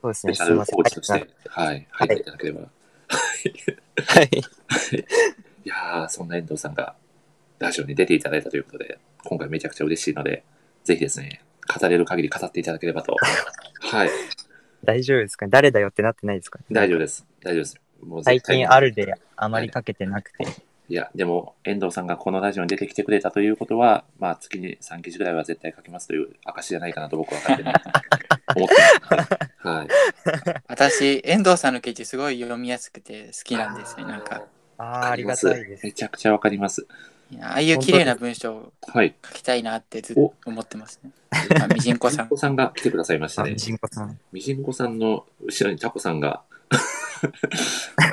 そうですスペね。シすャいルません。コーチとして、はい、入いっていただければ。はい。いやー、そんな遠藤さんがラジオに出ていただいたということで、今回めちゃくちゃ嬉しいので、ぜひですね、語れる限り語っていただければ と。はい、大丈夫ですか誰だよってなってないですか大丈夫です。大丈夫です。もう最絶対近あるであまりかけてなくて。いや、でも、遠藤さんがこのラジオに出てきてくれたということは、まあ、月に3記事ぐらいは絶対書きますという証じゃないかなと僕は勝手に 思ってますね。はい。私、遠藤さんの記事すごい読みやすくて好きなんですよ。なんか、あわあ、あかりりまがすたいですめ。ちゃくちゃわかります。ああいう綺麗な文章をはい。書きたいなってずっと思ってますね。あみじんこさん。さんが来てくださいましたあね。人工さん。みじんこさんの後ろにタコさん が。タコさん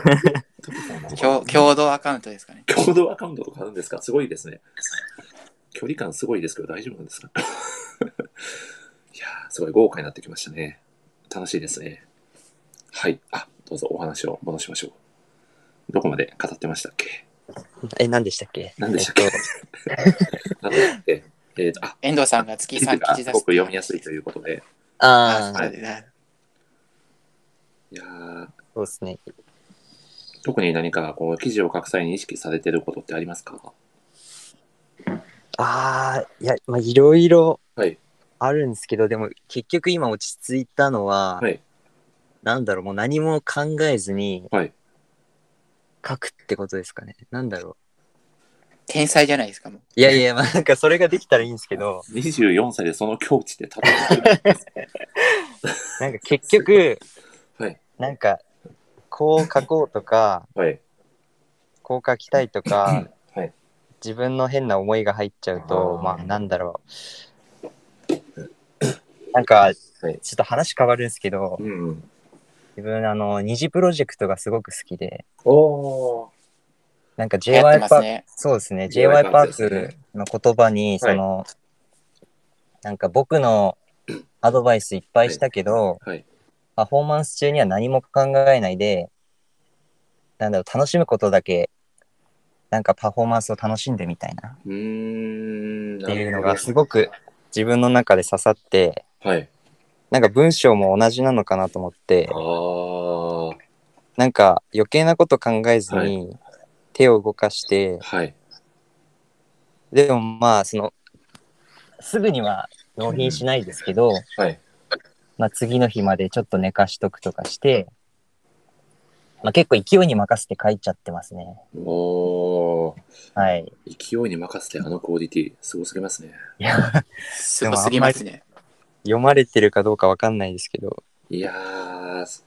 なのかな共共同アカウントですかね。共同アカウントとかあるんですかすごいですね。距離感すごいですけど大丈夫なんですか いやー、すごい豪華になってきましたね。楽しいですね。はい。あ、どうぞお話を戻しましょう。どこまで語ってましたっけえ、何でしたっけ何でしたっけえっとなんだっけえーと、あ、遠藤さんが月記事3が記す事出ごす。く読みやすいということで。ああそあ、うだいやーそうですね。特に何かこう記事を書く際に意識されてることってありますかああ、いや、まあ、いろいろはいあるんですけど、でも結局今落ち着いたのは、はい。なんだろう、もう何も考えずにはい。書くってことですかね。なんだろ天才じゃないですか、もう。う。いやい や、まあ、なんかそれができたらいいんですけど、 24歳でその境地で立 ってる。なんか結局、はい。なんか、こう書こうとか、はい。こう書きたいとか、はい自分の変な思いが入っちゃうとあーまあなんだろうなんかはい。ちょっと話変わるんですけどうん。自分あの二次プロジェクトがすごく好きでおー。なんか流行って j y まパすーク、ね。そうですね j y パ J.Y.Park ークの言葉にその、なんか僕のアドバイスいっぱいしたけど、はい。パフォーマンス中には何も考えないでなんだろう楽しむことだけなんかパフォーマンスを楽しんでみたいなうーん。っなていうるのほどがすごく自分の中で刺さってはい。なんか文章も同じなのかなと思ってああ。はなんか余計なこと考えずに手を動かして、い。でもまあそのすぐには納品しないですけど、はい。まあ、次の日までちょっと寝かしとくとかして、まあ、結構勢いに任せて書いちゃってますねおー。 はい勢いに任せてあのクオリティ、すごすぎますね。いやすごすぎますね。読まれてるかどうかわかんないですけどいやー。す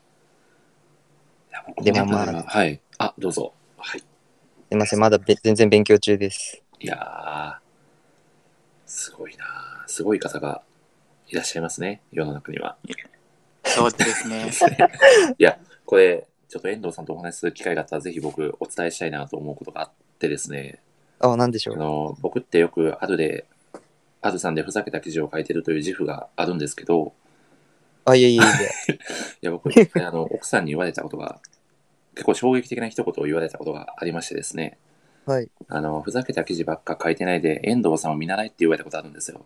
いや僕でのもま中あでは、はい。あ、どうぞ。はい。すいませんまだべ全然勉強中ですいやー。すごいなーすごい方がいらっしゃいますね。世の中には。そうです ね。いや、これ、ちょっと遠藤さんとお話しする機会があったら、ぜひ僕、お伝えしたいなと思うことがあってですね。あ、なんでしょあう。の僕ってよくアドで、アドさんでふざけた記事を書いてるという自負があるんですけど、あ、いやいやいや。 いや、僕、一回あの、奥さんに言われたことが、結構衝撃的な一言を言われたことがありましてですね、はい。あの、ふざけた記事ばっか書いてないで、遠藤さんを見習いって言われたことあるんですよ。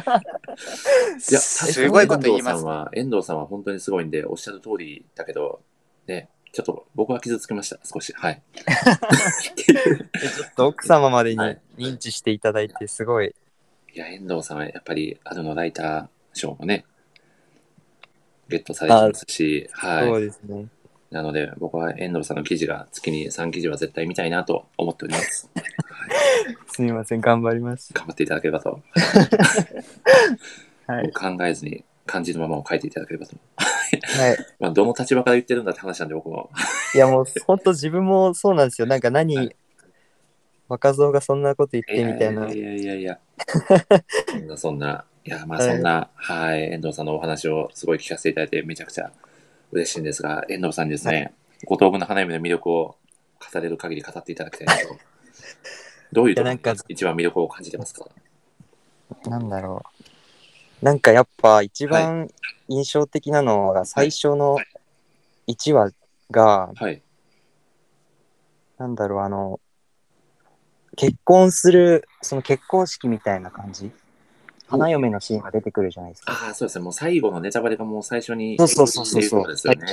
いや、すごいこと言いま確すかに遠藤さんは、遠藤さんは本当にすごいんで、おっしゃる通りだけど、ね、ちょっと僕は傷つきました、少し。はい。えちょっと奥様までにはい認知していただいて、すごい。いや、遠藤さんはやっぱり、あるのライター賞もね、ゲットされてますし、はい。そうですね。なので、僕は遠藤さんの記事が月に3記事は絶対見たいなと思っております。 すみません、頑張ります。頑張っていただければと、はい。考えずに感じるままを書いていただければと。はい。まあ、どの立場から言ってるんだって話なんで、僕も。いや、もう、本当自分もそうなんですよ。なんか何、は若造がそんなこと言っいてやみたいな。いやいやいや。そんな、そんな。いや、まあ、そんな、はい、遠藤さんのお話をすごい聞かせていただいて、めちゃくちゃ嬉しいんですが、遠藤さんにですね、ご当分の花嫁の魅力を語れる限り語っていただきたいなと。どういうところにいやなんか一番魅力を感じてますかなんだろう。なんかやっぱ一番印象的なのが最初のはい1話が、はい。なんだろう、あの、結婚する、その結婚式みたいな感じ花嫁のシーンが出てくるじゃないですか。ああ、そうですね。もう最後のネタバレがもう最初に。そうそうそうそうっていことですよね。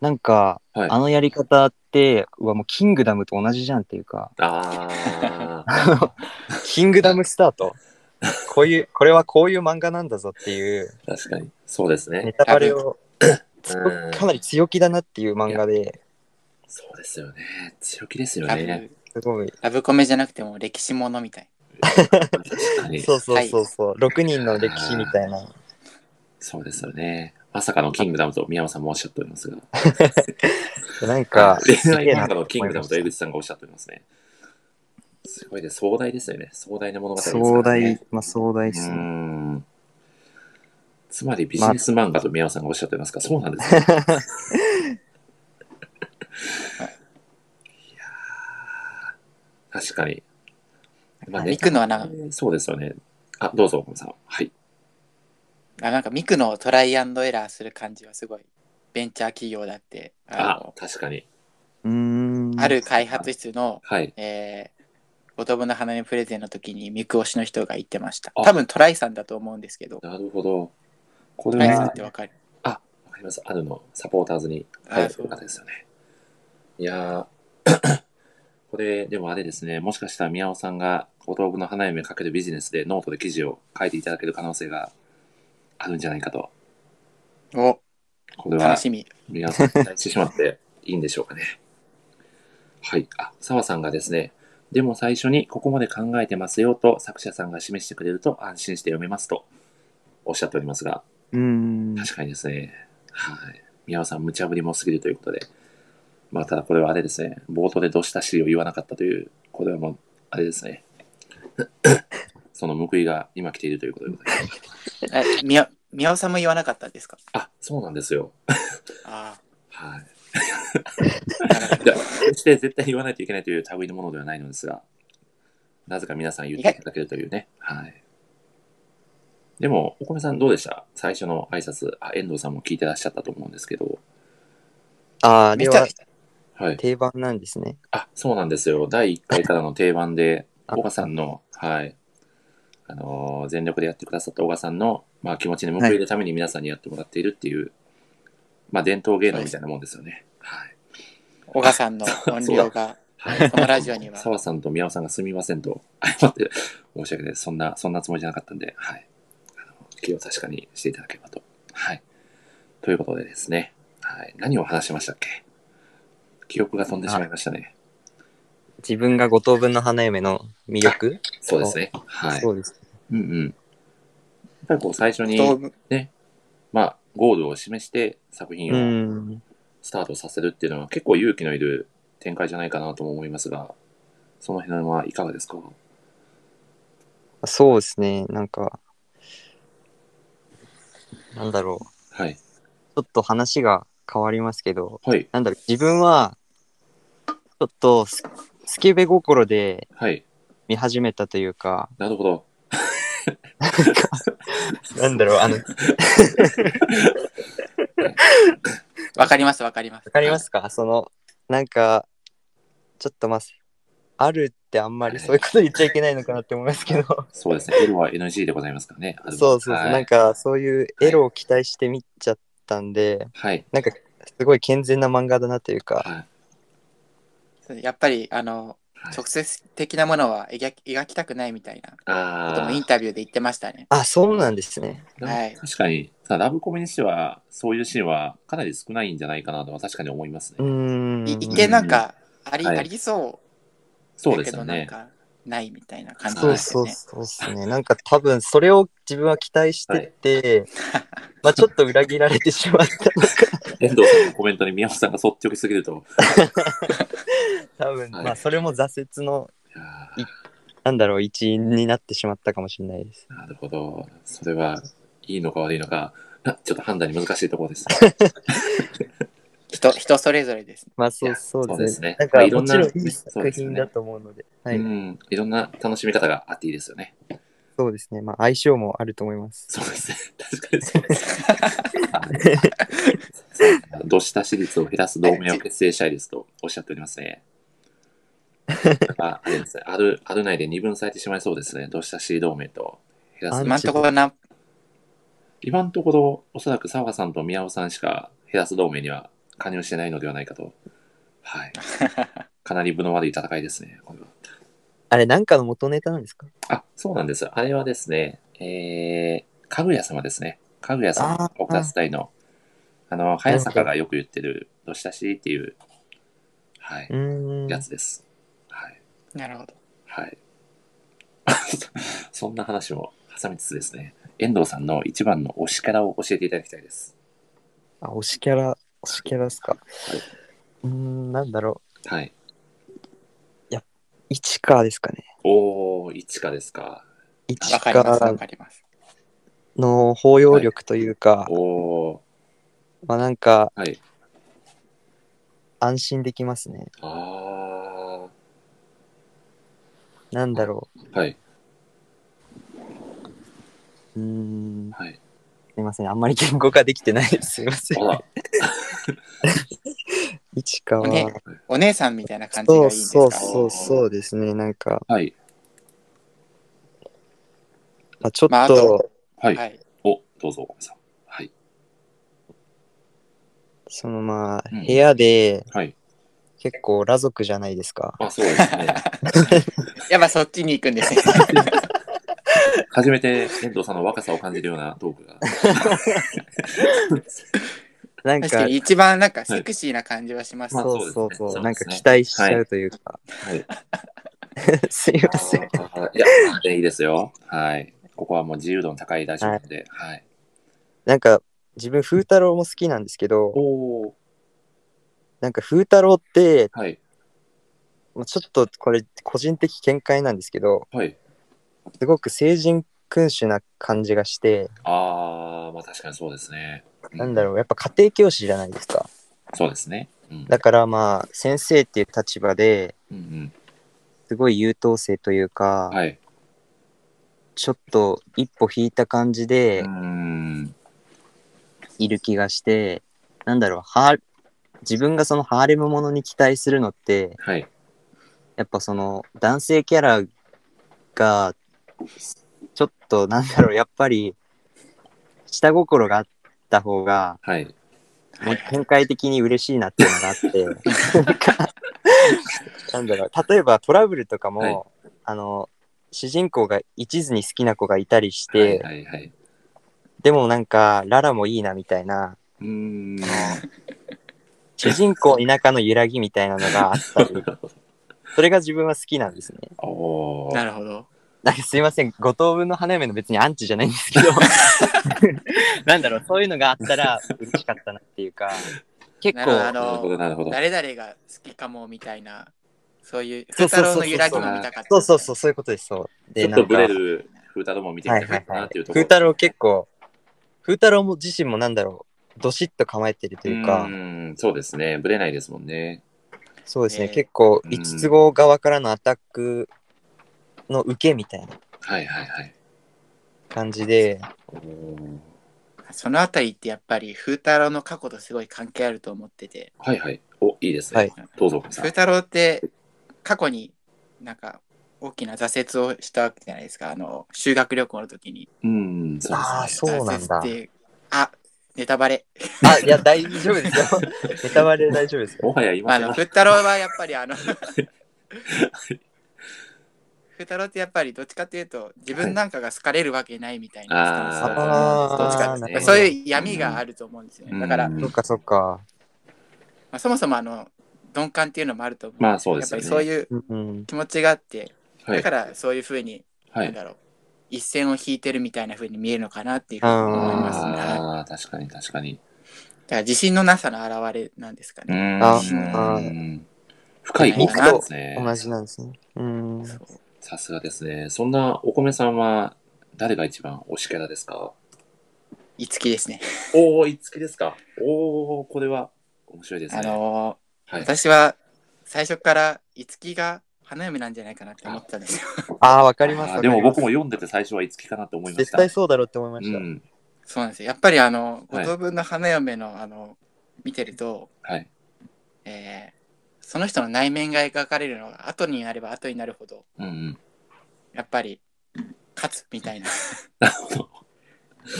なんか、はいあのやり方って、うわ、もうキングダムと同じじゃんっていうか、ああ、キングダムスタート。こういう、これはこういう漫画なんだぞっていう、確かに。そうですねネ。タバレを、つうんかなり強気だなっていう漫画で、そうですよね。強気ですよラね。ブすごい。ラブコメじゃなくても歴史ものみたい。確かに。そうそうそうそう、6人の歴史みたいな。そうですよね。まさかのキングダムと宮本さんもおっしゃっておりますが。なんか、恋愛げえ漫な画のキングダムと江口さんがおっしゃっておりますね。すごいね。壮大ですよね。壮大な物語です壮からね大。、まあ壮大ですうーね。ん。つまりビジネス漫画と宮本さんがおっしゃってますか、そうなんですね。 いやー確かに。まあミクのはなそうですよね。あ、どうぞ、岡本さん。はい。あなんかミクのトライアンドエラーする感じはすごいベンチャー企業だってああの、確かに。うーん。ある開発室の、はい。えー、ごとぶの花見プレゼンの時にミク推しの人が言ってましたあ多分トライさんだと思うんですけどなるほど。こトれライさんはっ、てわかるあ、わかります。あるのサポーターズにあ入るそう方ですよね。いやー これ、でもあれですね、もしかしたら宮尾さんが、お豆腐の花嫁かけるビジネスでノートで記事を書いていただける可能性があるんじゃないかと。おこれは楽しみ宮尾さんに期待してしまっていいんでしょうかね。 はい。あ、澤さんがですね、でも最初にここまで考えてますよと作者さんが示してくれると安心して読めますとおっしゃっておりますが、うーん。確かにですね。はい。宮尾さん、無茶ぶりも過ぎるということで。まあ、ただこれはあれですね。冒頭でどしたしを言わなかったという、これはもう、あれ ですね。その報いが今来ているということでございます。えみや宮尾さんも言わなかったんですか あ、そうなんですよ。あはい。あなるほじ どゃあ、決して絶対言わないといけないという類のものではないのですが、なぜか皆さん言っていただけるというね。はい。でも、お米さんどうでした最初の挨拶、あ、遠藤さんも聞いてらっしゃったと思うんですけど、ああ、でめちゃはくちゃはい。定番なんですね。あ、そうなんですよ。第1回からの定番で、あ小川さんの、はい。あのー全力でやってくださった小川さんの、まあ、気持ちに報いるために皆さんにやってもらっているっていう、まあ、伝統芸能みたいなもんですよね。はい。小賀さんの音量がはい。この ラジオには澤さんと宮尾さんがすみませんと、謝って、申し訳ない。そんな、そんなつもりじゃなかったんで、はい。あの気を確かにしていただければと。はい。ということでですね、はい。何を話しましたっけ記憶が飛んでしまいましたね。自分が五等分の花嫁の魅力、そうですね。はい。そうです。うんうん。やっぱりこう最初に、道具まあ、ゴールを示して作う品をーん。スタートさせるっていうのは結構勇気のいる展開じゃないかなとも思いますが、その辺はいかがですかそうですね。なんか、なんだろう。はい。ちょっと話が変わりますけど、はい。なんだろう、自分は、ょっとス、スケベ心ではい。見始めたというか、なるほど。なんだろう、あの、わわかりますわかります。かりますか その、なんか、ちょっとまあ、あるってあんまりそういうこと言っちゃいけないのかなって思いますけど、そうですね。L は NG でございますからね。そうそうそう、はいなんかそういうエロを期待して見ちゃったんで、はい。なんかすごい健全な漫画だなというか、はい。やっぱり、あの、はい直接的なものは描き描きたくないみたいなことあもあインタビューで言ってましたね。あ、そうなんですね。はい確かに、ただラブコメにしては、そういうシーンはかなり少ないんじゃないかなとは確かに思いますね。うーん。い一見なんか、あり、はいありそそううでだけすよど、なんね。か、ないみたいな感じそそううでですすそようね。そうですね。なんか多分それを自分は期待してて、まあちょっと裏切られてしまったのか。遠藤さんのコメントに宮本さんが率直すぎると、多分、はいまあそれも挫折の、いやいなんだろう、一因になってしまったかもしれないです。ーなるほど。それは、いいのか悪いのか、あちょっと判断に難しいところです。人、人それぞれですね。まあいそうやそうですそうね。ですねまなんあかいろんなもちろんいねいそうで作すよ品ねだと思うので、はい、うん。いろんな楽しみ方があっていいですよね。そうですね。まあ相性もあると思います。そうですね。確かにそうです。どした比率を減らす同盟を結成したいですとおっしゃっておりますね。ああれですね。ある、ある内で二分されてしまいそうですね。どしたし同盟と減らあす。今んと ころな、今のところ、おそらく澤さんと宮尾さんしか減らす同盟には加入してないのではないかと。はい。かなり分の悪い戦いですね。これはあれ、なんかの元ネタなんですかあ、そうなんです。あれはですね、えー、かぐや様ですね。かぐや様あ、ー、奥田伝いの、あの、早坂がよく言ってる、どしたしっていう、はいうーん。やつです。はい。なるほど。はい。 そんな話を挟みつつですね、遠藤さんの一番の推しキャラを教えていただきたいです。あ、推しキャラ、推しキャラですか。うーん、なんだろはい。う。市川ですかね。おー、いちかですか。市わかります、わ川かります。の包容力というか、おー、まあなんかはい。安心できますね。あなんだろー、はい、う。うーん、はい。すいません。あんまり言語化できてないです。すいませんあ。ら、市川。ねお姉さんみたいな感じがいいんでそうすそうかそうそうですね。なんか、はい、まあ、ちょっまああとと、はい。はい。お、どうぞ、岡部さん。はい、そのまあ、うん部屋ではい。結構裸族じゃないですか。あ、そうですね。やっぱそっちに行くんですね。初めて遠藤さんの若さを感じるようなトーク が。なん確かか、に一番なんかセクシーな感じはします。まあそうそうそう。そうですねなんか期待しちゃうというか。はい。 すいません。いや、いいですよ。はい。ここはもう自由度の高いラジオなんで。はい。なんか、自分、風太郎も好きなんですけど、おお。なんか風太郎って、はい。まあちょっとこれ、個人的見解なんですけど、はい。すごく成人君主な感じがして、ああ、まあ確かにそうですね。うなんだろう、やっぱ家庭教師じゃないですか。そうですね。うん。だからまあ、先生っていう立場で、うんすごい優等生といううか、ん。はい。ちょっと一歩引いた感じうでーん。いる気がして、なんだろう、ハー自分がそのハーレムものに期待するのって、はい。やっぱその男性キャラが、ちょっとなんだろう、やっぱり、下心があった方が、はい。もう展開的に嬉しいなっていうのがあって、なんか なんだろう、例えばトラブルとかも、はいあの、主人公が一途に好きな子がいたりして、はい。はい。はい。でもなんか、ララもいいなみたいな、うーん。主人公田舎の揺らぎみたいなのがあった り、それが自分は好きなんですね。おおー。なるほど。なんかすいません、五等分の花嫁の別にアンチじゃないんです けど、なんだろう、そういうのがあったら嬉しかったなっていうか、結なるほどあ構、のなるほど、なるほど。誰々が好きかもみたいな、そういう、そ風うそ太郎うそうそうの揺らぎも見たかった。そうそうそう、そういうことです、そう。ちでょっとブレなんかる風太郎も見てはみたいかはっいたはないっていう。とこ風ろ。太郎結構、風太郎も自身もなんだろう、どしっと構えてるというか、うーん、そうですね。ぶれないですもんね。そうですね、えー結構うん五つ子側からのアタックの受けみたいなはいはいはい。感じで、おーそのあたりってやっぱり風太郎の過去とすごい関係あると思っててはいはい。お、いいですね。はいどうぞ、さん風。太郎って過去になんか大きな挫折をしたわけじゃないですかあの修学旅行の時にうん、そうああですそうなんだ挫折っていうあネタバレあいや大丈夫ですよ ネタバレ大丈夫ですね。よもはや今まあ、あ更の、ふったろうはやっぱりあの、ふったろうってやっぱりどっちかっていうと、自分なんかが好かれるわけないみたいなスタンスだと思あーうんであーすよ。どっちかってなるほどそういう闇があると思うんですようね。んだから、うまんそっかそっか、あ、そもそもあの、鈍感っていうのもあると思う。まあそうですよやねっぱりそういううんうん、気持ちがあって、はだかい。らそういうふうに、はなんい。だろう、一線を引いてるみたいなふうに見えるのかなっていうふうに思いますね。はいだかああ、確かに確かに。ら自信のなさの表れなんですかうね。んあうん。深いはい考察です同ね。じなんですねうんそうさすがですね。そんなお米さんは、誰が一番推しキャラですかいつきですね。おお、いつきですか。おお、これは面白いですあね。のー、はい。私は最初から五木が花嫁なんじゃないかなって思ってたんですよ。ああわかりますあーわかでりますも僕も読んでて最初はいつきかなって思いまし絶た。対そうだろうって思いました、うん。そうなんですよ。やっぱりあの、は五い等分の花嫁のあの、見てると、はい。えーその人の内面が描かれるのが後になれば後になるほど、うんうん。やっぱり、勝つみたいな、なるほど。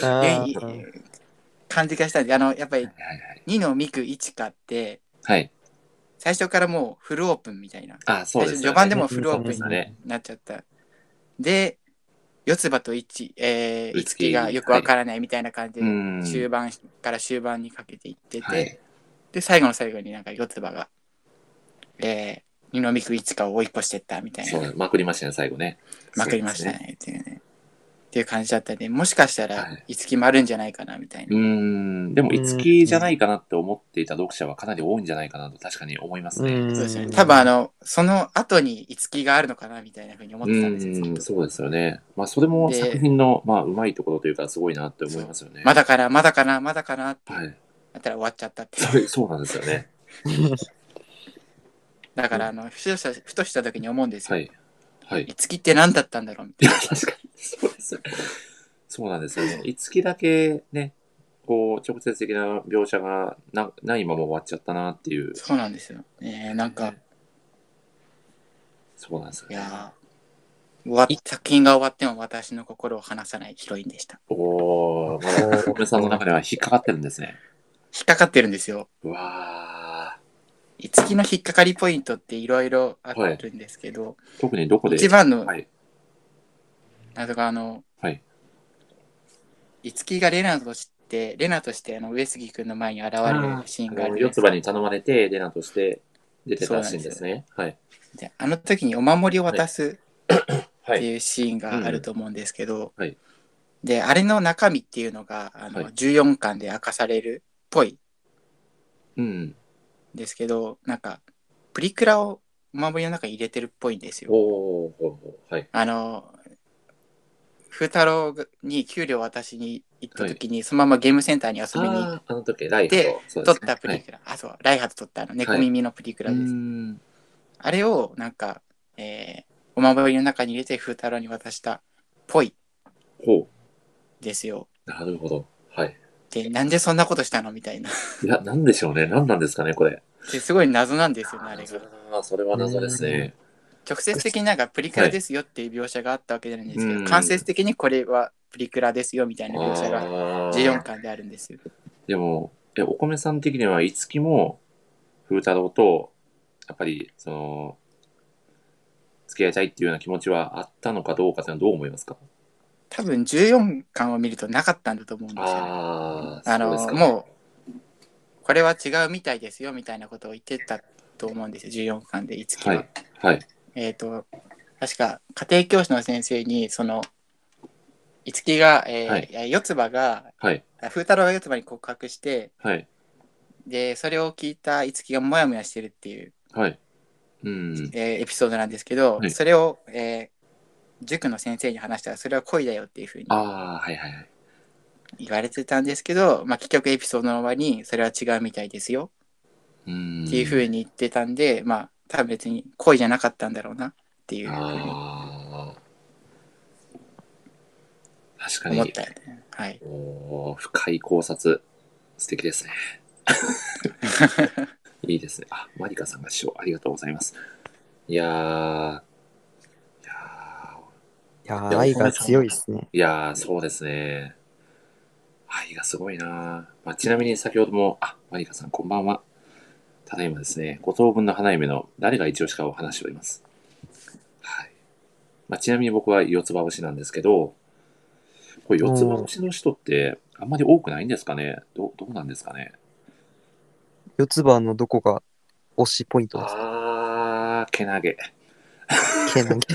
あーいい感じがしたんで、あの、やっぱり、はいはい。二の三く一花って、はい。最初からもうフルオープンみたいな、あーそうですよね。最初序盤でもフルオープンそうですね。なっちゃった。で、四つ葉と一、えー、五木五木がよくわからないみたいな感じで、うん。中盤から終盤にかけていってて、はい。で最後の最後になんか四つ葉が、えー、二の三区一花を追い越してったみたいそなう、まくりましたね、最後ね。まくりましたねっていうねっていう感じだったんでもしかしたはらい五木もあるんじゃないかなみたいな、うーんでも、うんいつきじゃないかなって思っていた読者はかなり多いんじゃないかなと確かに思いますね。うんそうですね多分あのその後に五木があるのかなみたいなふうに思ってたんですよずっとそうですよね。まあ、それもで作品の、まあ、うまいところというか、すごいなって思いますよね。まだかなまだかなまだかなってはい。なったら終わっちゃったってそれ、そうなんですよね。だからあのふとしたふとした時に思うんですよ、はい。はい。五木って何だったんだろうみたいな確かに、そうですよね。そうなんですよね。いつきだけね、こう、直接的な描写がなないまま終わっちゃったなっていう。そうなんですよ、ねえなんか、そうなんですよいね。やー終わっ作品が終わっても私の心を離さないヒロインでした。おー、まだ、小梅さんの中では引っかかってるんですね。引っかかってるんですよ。うわいつきの引っかかりポイントっていろいろあるんですけど、ー。特にどこで。一番の、はい。謎があの、はい。いつきがレナとして、レナとしてあの上杉君の前に現れるシーンがああのる四つ葉にた頼まれて、レナとして出てたシーンですね。はい。あの時にお守りを渡すはってい。いうシーンがあると思うんですけど、はいはいで、あれの中身っていうのがあの、はい14巻で明かされるっぽいうん。ですけど、なんか、プリクラをお守りの中に入れてるっぽいんですよ。おー、ほうほうはい。あの、風太郎に給料渡しに行った時に、そのままゲームセンターに遊びにあ行っー、あの時、ライハでと、そうで撮っすねたプリクラ、あ、そう、ライハと撮ったあの、猫耳のプリクはラい、うです。ーん。あれを、なんか、えーお守りの中に入れて風太郎に渡したっぽいほですよ。う。なるほど。はい。で、なんでそんなことしたのみた いな。いや、なんでしょうね。なんなんですかね、これ。ですごい謎なんですよね、あれ謎が。だなそれは謎ですね。直接的になんかプリクラですよっていう描写があったわけじゃないんですけうど、ん間接的にこれはプリクラですよみたいな描写があ14ー。巻であるんですよ。でも、え、お米さん的には、いつきも、風太郎と、やっぱり、その、付き合いたいっていうような気持ちはあったのかどうかっていうのはどう思いますか多分14巻を見るとなかったんだと思うんですよね、ああ、あそうのですか。もうこれは違うみたいですよみたいなことを言ってたと思うんですよ14巻でいつきは。はい。はい。えっ、と確か家庭教師の先生にそのいつきが、えーはいいや四つ葉がはい。あ風太郎が四つ葉に告白してはい。でそれを聞いたいつきがモヤモヤしてるっていう、はい。うん。えーエピソードなんですけど、はいそれを、えー塾の先生に話したらそれは恋だよっていうふうにああ、はいはいはい。言われてたんですけど、まあ、結局エピソードの終わりにそれは違うみたいですようんっていうふうに言ってたんで、まあ多分別に恋じゃなかったんだろうなっていうふうにあー確か思っにたよね。はい。おー深い考察素敵ですね いいですねあマリカさんが師匠ありがとうございますいやーいやーいやーでも愛が強いですね。いやー、そうですね。愛がすごいなー、まあ、ちなみに先ほども、あ、マリカさん、こんばんは。ただいまですね、五等分の花嫁の誰が一押しかを話しております。はい。まあ、ちなみに僕は四つ葉星なんですけど、これ四つ葉星の人ってあんまり多くないんですかねどどうなんですかね四つ葉のどこが推しポイントですかあー、けなげ。毛なんで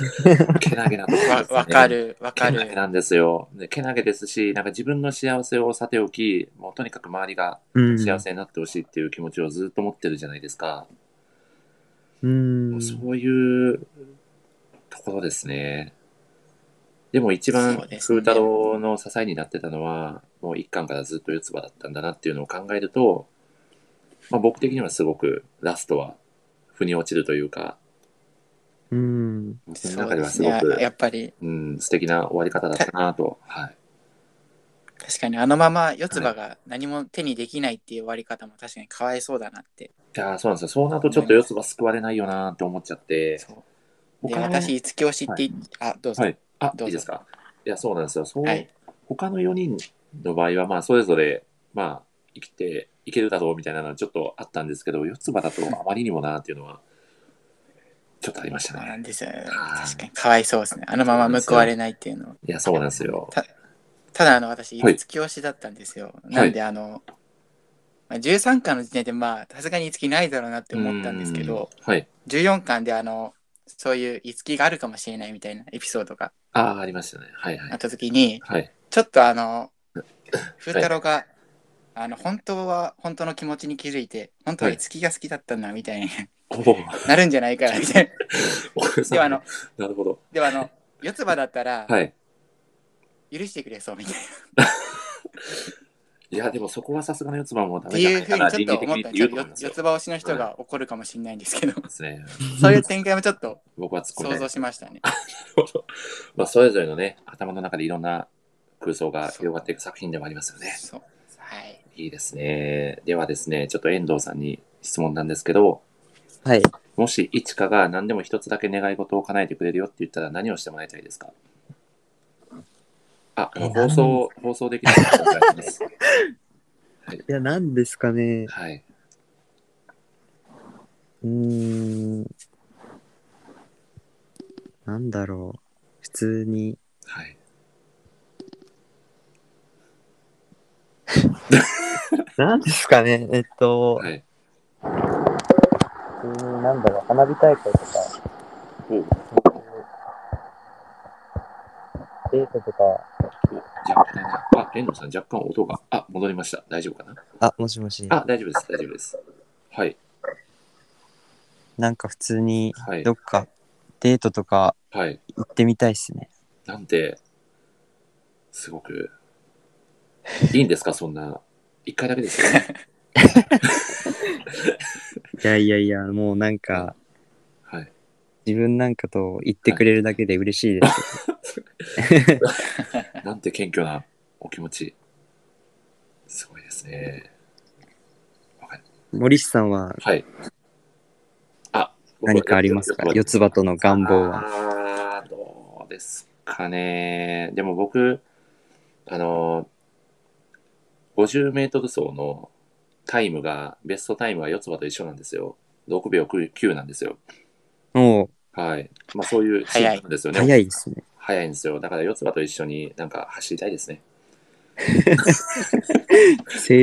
けなげなところですねわわかるわかけなげる。なんですよ。でけなげですし、なんか自分の幸せをさておき、もうとにかく周りがうん。幸せになってほしいっていう気持ちをずっと持ってるじゃないですか、うん。そういうところですねでも一番そうです風ね太郎の支えになってたのはもう一巻からずっと四つ葉だったんだなっていうのを考えると、まあ、僕的にはすごくラストは腑に落ちるというかうん。僕のそう中でではすすごねく。やっぱりうん、素敵な終わり方だったなと、はい、確かにあのまま四つ葉が何も手にできないっていう終わり方も確かにかわいそうだなって。いやーそうなんですよそうなるとちょっと四つ葉救われないよなって思っちゃってそうで僕は私、五木推しって、あ、どうぞ。はい。あ、どうぞいいですか。いや、そうなんですよ。そう、はい他の4人の場合は、まあ、それぞれ、まあ、生きていけるだろうみたいなのはちょっとあったんですけど、四つ葉だとあまりにもなっていうのは、ちょっとありましたそうね。なんですよね。はい確かにかわいそうですね。あのまま報われないっていうの。いや、そうなんですよ。たただ、あの、私、はい五木推しだったんですよ。なんで、あの、まあ、13巻の時点で、まあ、さすがに五木ないだろうなって思ったんですけど、うん。はい。 14巻で、あの、そういう五木があるかもしれないみたいなエピソードがああ、ありましたね。はいはあっい。た時に、はい。ちょっとあの、風太郎が、あの、本当は、本当の気持ちに気づいて、本当は五木が好きだったんだ、みたいに おお、なるんじゃないかな、みたいな。奥さん では、あの、 なるほど。では あの、四つ葉だったら、はい。許してくれそうみたいな。いや、でもそこはさすがの四つ葉もダってメじゃいなういふうかにな、ちょっ倫と理的思っにたっんてで言すようと思よい。ます四よ。つ葉推しの人が怒るかもしれないんですけど、ですね。そういう展開もちょっと僕は突っ込みた想い像です。しました ね。まあ、それぞれのね、頭の中でいろんな空想が広がっていく作品でもありますよね。そう。はい。いいですね。ではですね、ちょっと遠藤さんに質問なんですけど、はい。もしいちかが何でも一つだけ願い事を叶えてくれるよって言ったら何をしてもらいたいですかあ、あのえ放送、放送できないのでお願いします。いや、なんですかね。はい。うーん。なんだろう。普通に。はい。なんですかね。えっと、はい。普通になんだろう、花火大会とか、おお、デートとか、若干、あ、遠藤さん若干音が、あ、戻りました。大丈夫かなあ、もしもし。あ、大丈夫です。大丈夫です。はい。なんか普通に、はいど。っかデートとかはい。行ってみたいっすね。なんて、すごく、いいんですかそんな、一回だけですよね。いやいやいや、もうなんか、はい。自分なんかと言ってくれるだけで嬉しいです。なんて謙虚なお気持ち。すごいですね。森氏さんははい。あ、何かありますか四つ葉との願望は。は。あーどうですかね。でも僕、あの、50メートル走のタイムが、ベストタイムが四つ葉と一緒なんですよ。6秒9なんですよ。もう、はい。まあそういうシーンなんですよね。早いですね。早いんですよ。だから四つ葉と一緒になんか走りたいですね。青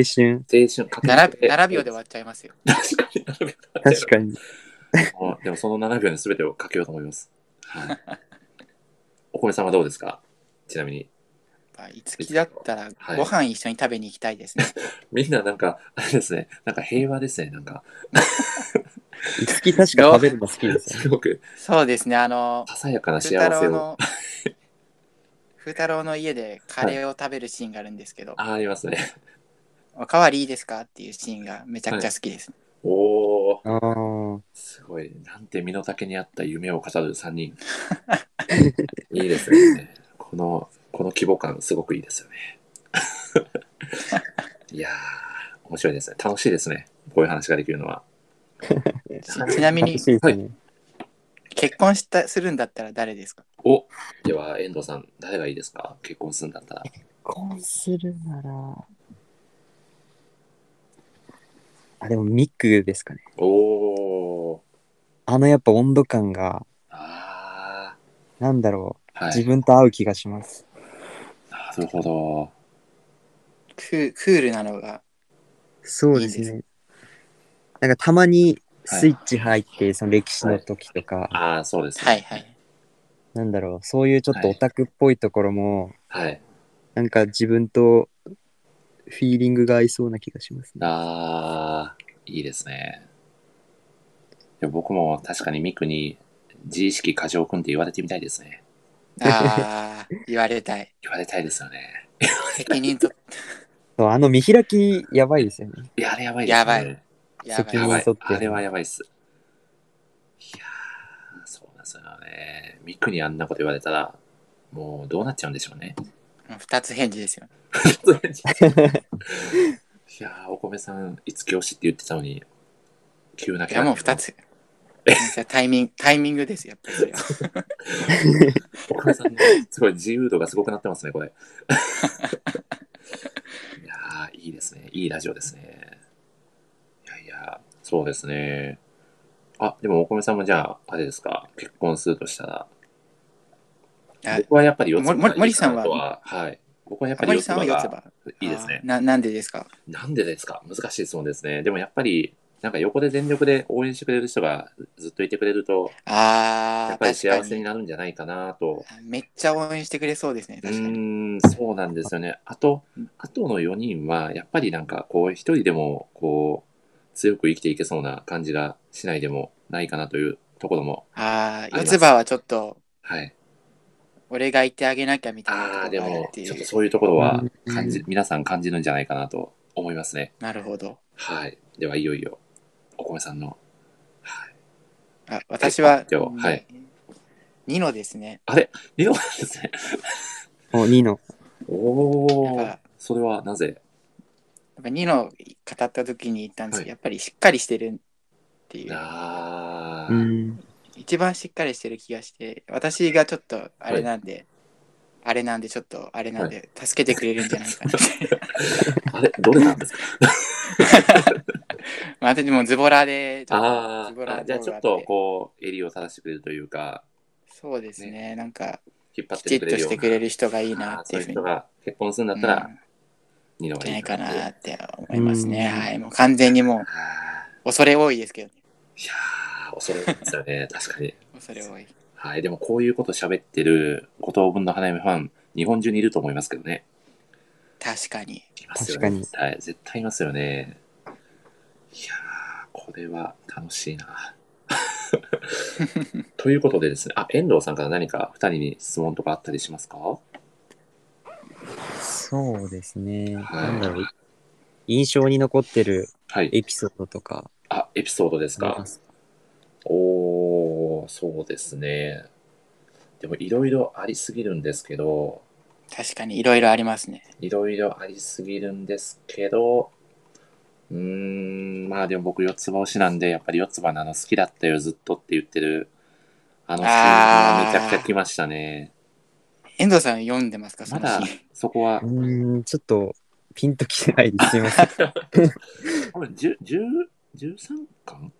春。青春かけ 7, 7秒で終わっちゃいますよ。確かに7秒だったよ確かに。あでもその7秒に全てをかけようと思います。はい、 お米さんはどうですかちなみに。やっぱ五木だったらはいご飯一緒に食べに行きたいですね。みんななんか、あれですね、なんか平和ですね、なんか、いつき確か食べるの好きですよ。すごくそうですね。あの、ささやかな風幸太せ郎を。の、風太郎の家でカレーを食べるシーンがあるんですけど、あありますね。おかわりいいですかっていうシーンがめちゃくちゃ好きです。おおあーすごい。なんて身の丈に合った夢を語る3人。 いいですね。この、この規模感、すごくいいですよね。 いやー、面白いですね。楽しいですね。こういう話ができるのは。ちなみに楽しいですね。結婚したするんだったら誰ですかおでは、遠藤さん、誰がいいですか結婚するんだったら。婚するなら。あ、でもミックですかね。おー。あのやっぱ温度感が、あなんだろー。う、は自い。分と合う気がします。なるほど。クークールなのがそうですいいね。なんかたまにスイッチ入って、その歴史の時とか、あー、そうです、はい はいなんだろう、そういうちょっとオタクっぽいところも、はい。なんか自分とフィーリングが合いそうな気がしますね。あー、いいですね。いや僕も確かにミクに自意識過剰君って言われてみたいですね。ああ言われたい言われたいですよね。責任とそうあの見開き、やばいですよね。いや、あれやばいですね。やばいやば責や任ばいい取ってあれはやばいっす。いやー、そうなんですよね。ミクにあんなこと言われたら、もうどうなっちゃうんでしょうね。二つ返事ですよ いやー、お米さん、いつ教師って言ってたのに、急ないキャやラもう二つタイミングタイミングですやっぱりそれはお母さんのすごい自由度がすごくなってますね、こ れ。いやー、いいですね。いいラジオですね。いやいや、そうですね。あ、でもお米さんもじゃあ、あれですか、結婚するとしたら。 あ僕はやっぱり四つ葉もがいもいかな森さんはとは、はい。僕はやっぱり森四つさ葉んは四つが葉いいですねあー。ななんでですかなんでですか難しい質問ですね。でもやっぱり、なんか横で全力で応援してくれる人がずっといてくれると、やああっぱり確か幸せにになるんじゃないかなとめっちゃ応援してくれそうですねう確かにーん、そうなんですよね。あと、あとの4人は、やっぱりなんか、こう、一人でも、こう、強く生きていけそうな感じがしないでもないかなというところも、ああありま四すつ葉はちょっとはい。俺がいてあげなきゃみたいなとこああ、ろでがあるもっ、てちょっいとうそういうところは、感うじ、皆さん感じるんじゃないかなと思いますね。なるほどはい。では、いよいよ、お米さんの、はい。あ私は結構はいニノですねリオなんですね。もうニノ。おやっーぱ、それはなぜやっぱニノ語った時に言ったんですけはど、いやっぱりしっかりしてるっていうああ、うん。一番しっかりしてる気がして私がちょっとあれなんで、あれなんでちょっとあれなんで、助けてくれるんじゃないか なってあれ、どれなん ですかまあ私もズボラでちょっとあズボーラあ、なじゃあちとこょっろがあっとて、こう、襟を正してくれるというか、そうですねなんか引っ張っきちてっくれるとようしなてくれる人がいいなっていあーそううふういうに人が結婚するんだったうらん、二のいがけないいいかかななっって思いますねうんはいもう完全にもうあ恐れ多いですけどねーいやー、恐れ多いですよね、 確かに。恐れ多いはい、でもこういうこと喋ってる五等分の花嫁ファン、日本中にいると思いますけどね。確かにいますよ確かね。に絶対、絶対いますよね。いやー、これは楽し いな。ということでですね、あ、遠藤さんから何か二人に質問とかあったりしますかそうですね。はいなんだろう。印象に残ってるはい。エピソードとかあ、エピソードですありかますかおー、そうですね。でもいろいろありすぎるんですけど、確かにいろいろありますねいろいろありすぎるんですけど、うーん、まあでも僕四つ葉推しなんで、やっぱり四つ葉のあの好きだったよずっとって言ってる、あのシーンあがめーちゃくちゃ来ましたね。遠藤さん読んでますかそまのだシーンそこは う、ーん、ちょっとピンときてないです。すいま せん。これ10 10 13巻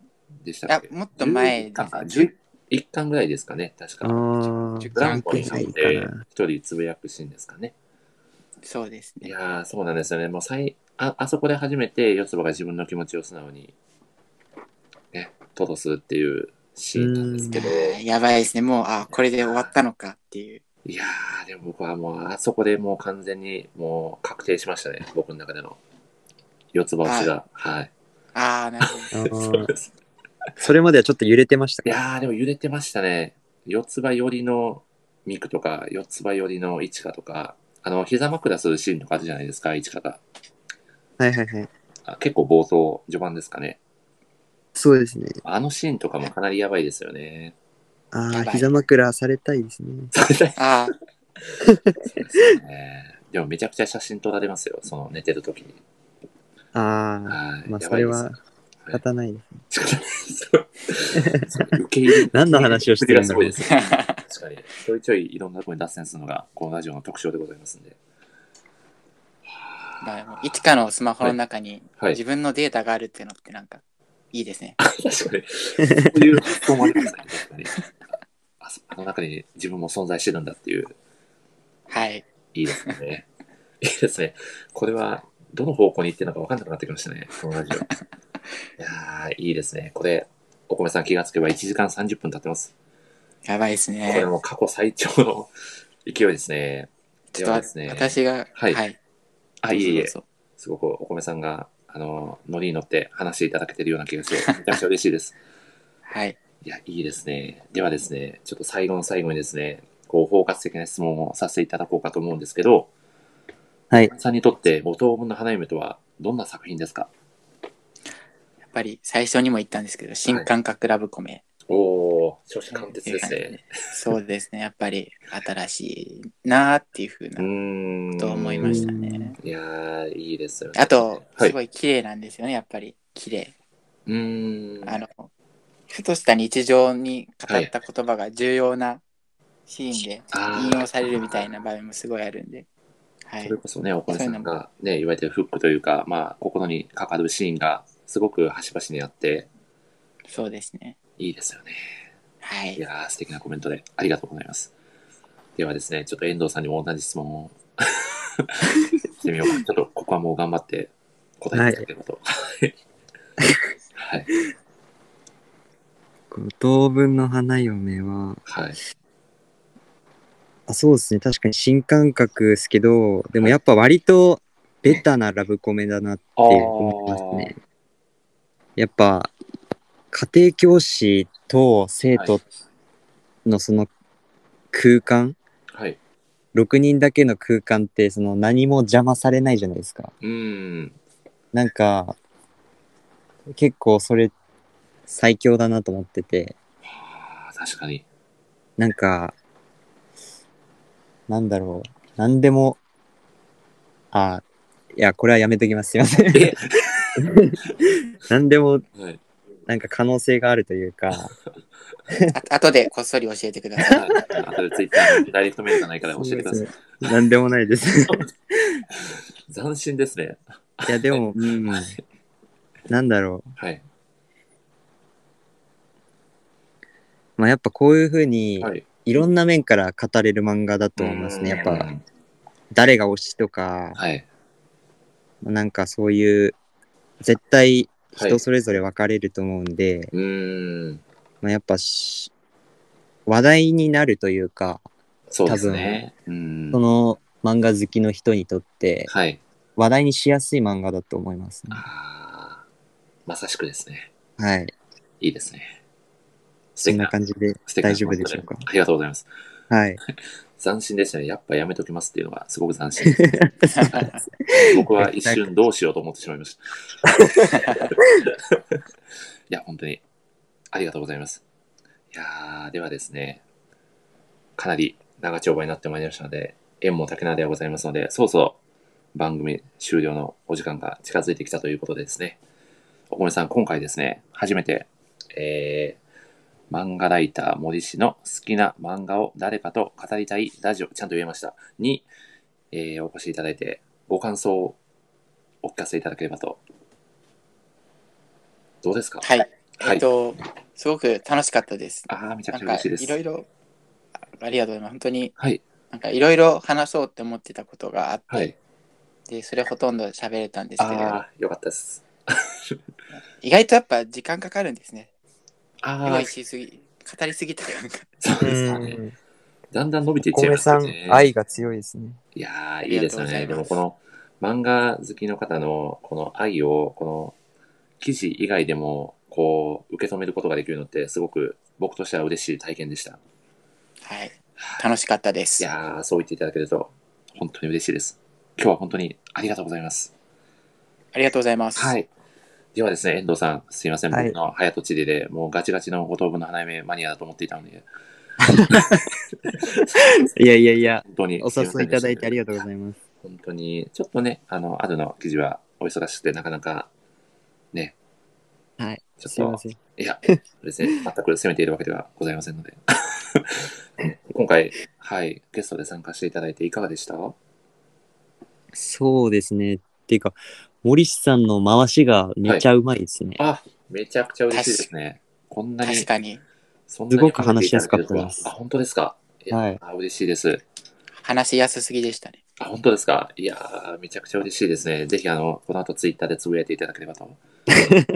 でしたっあけもっと11前で巻すか、ね11巻ぐらいですかね、確あか。ーちょっブランコに見乗てなっいてかな。一人つぶやくシーンですかね。 そうですいねやー、そうなんですよね。もうさいあ、あそこで初めて四つ葉が自分の気持ちを素直に、ね、吐露するっていうシーンなんですけど、あーやばいですねもうあこれで終わったのかっていういやー、でも僕はもう、あそこでもう完全にもう確定しましたね。僕の中での。四つ葉推しが。はい。ああなるほどあそうーです。それまではちょっと揺れてましたかいやー、でも揺れてましたね。四つ葉寄りのミクとか、四つ葉寄りのイチカとか、あの、膝枕するシーンとかあるじゃないですか、イチカが。はいはいはい。あ結構冒頭、序盤ですかね。そうですね。あのシーンとかもかなりやばいですよね。あやあ、ばい膝枕されたいですね。そうですああ、ねでもめちゃくちゃ写真撮られますよ、その寝てる時に。ああ、はい。まあやそばいれですは仕方ないです。そう受け入れ 何の話をしてるんだろう受け入れがすごいですよね確かに。ちょいちょいいろんなところに脱線するのが、このラジオの特徴でございますんで。まあ、もういつかのスマホの中にはい自分のデータがあるっていうのってなんかいいですね。確かに。そういう発想もありますね、確かに。あそあの中に自分も存在してるんだっていう、はい。いいですね。 いいですね。これは、どの方向に行ってるのか分かんなくなってきましたね、このラ ジオ。いやー、いいですね。これ、お米さん気がつけば1時間30分経ってます。やばいですこれね。も過去最長の 勢いですね。ちでょはっですと、ね私が、はいあ、いえいえ、そうすごくお米さんが、あの、ノリに乗って話していただけてるような気がして、めちゃくちゃ嬉しいです。 はい。いや、いいですね。ではですね、ちょっと最後の最後にですね、こう、包括的な質問をさせていただこうかと思うんですけど、はい。さんにとって、五等分の花嫁とは、どんな作品ですかやっぱり最初にも言ったんですけど、新感覚ラブコメ。おー、少子貫徹ですね。そうですね。やっぱり新しいなーっていうふううーなこん。とを思いましたね。いやー、いいですよね。あと、はすい。ごい綺麗なんですよね、やっぱり。綺麗。うーん。あの、ふとした日常に語った言葉が重要なシーンであー引用されるみたいな場面もすごいあるんで。はそいれ。こそね、お米さんがね、いわゆるフックというか、まあ、心にかかるシーンが、すごく端々にあって、そうですね。いいですよね。はいい。やー、素敵なコメントで、ありがとうございます。ではですね、ちょっと遠藤さんにも同じ質問を してみようかな。ちょっと、ここはもう頑張って答えていただければと。 はい。五等分の花嫁は、はい。あ、そうですね。確かに新感覚ですけど、でもやっぱ割とベタなラブコメだなって思いますね。やっぱ、家庭教師と生徒のその空間、はい。 6人だけの空間ってその何も邪魔されないじゃないですか。うーん。なんか結構それ最強だなと思っててあー確かに。なんかなんだろう何でもあいやこれはやめときますすいません え何でもはい。なんか可能性があるというかああとでこっそり教えてく ださい。あとでツイッターのダイレクトメールがないから教えてください。何でもないです 斬新ですね。いやでもうんなんだろうはい。まあやっぱこういう風にはい。いろんな面から語れる漫画だと思いますねやっうぱん誰が推しとかはい。なんかそういう絶対はい人それぞれ分かれると思うんで、うーん。まあ、やっぱし話題になるというかそうですね。うんそ。の漫画好きの人にとってはい。話題にしやすい漫画だと思いますね。あーまさしくですね。はい。いいですね。素そん敵なな、感じで素敵な大丈夫でしょうか。ありがとうございます。はい。斬新でしたね。やっぱやめときますっていうのがすごく斬新です。僕は一瞬どうしようと思ってしまいました。いや、本当にありがとうございます。いやーではですね、かなり長丁場になってまいりましたので、縁も竹縄ではございますので、そろそろ番組終了のお時間が近づいてきたということでですね、お米さん、今回ですね、初めて、えー、漫画ライター森氏の好きな漫画を誰かと語りたいラジオ、ちゃんと言えました、に、えーお越しいただいて、ご感想をお聞かせいただければと。どうですかはい。はいえっと、すごく楽しかったです。ああ、めちゃなくんちゃ嬉かしいです。いろいろ、あありがとうございます。本当に、はい、なんかいろいろ話そうって思ってたことがあって、はい。で、それほとんど喋れたんですけど、ああ、よかったです。意外とやっぱ時間かかるんですね。あ用あ意、しすぎ、語りすぎた感が。そううですね。ん。だんだん伸びていっ小ちゃい梅ますさよんね。、愛が強いですね。いやー、いいですよあね。でりがともうごこざいの漫画好きの方のこの愛を、この記事以外でも、こう、受け止めることができるのって、すごく僕としては嬉しい体験でした。はい。楽しかったでいす。やー、そう言っていただけると、本当に嬉しいです。今日は本当にありがとうございます。ありがとうございます。はい。ではですね、遠藤さん、すいません、はい僕の早とちりで、もうガチガチの五等分の花嫁マニアだと思っていたの で、いやいやいや、本当におすませ誘いんいでたしただいてありがとうございます。本当に、ちょっとね、あの、アドの記事はお忙しくて、なかなか、ね、はい、ちすいょっまとせん。いや、別に全く責めているわけではございませんので。 今回、はい、ゲストで参加していただいていかがでしたそうですね。っていうか、森氏さんの回しがめちゃうまいですね。あ、めちゃくちゃ嬉しいですね。こんなに、確かにそんすなごにく話しやすかったです話していただけるとはあ、本当ですかいやはいあ嬉しいです。話しやすすぎでしたね。あ、本当ですかいやーめちゃくちゃ嬉しいですね。ぜひ、あの、この後ツイッターでつぶやいていただければ と、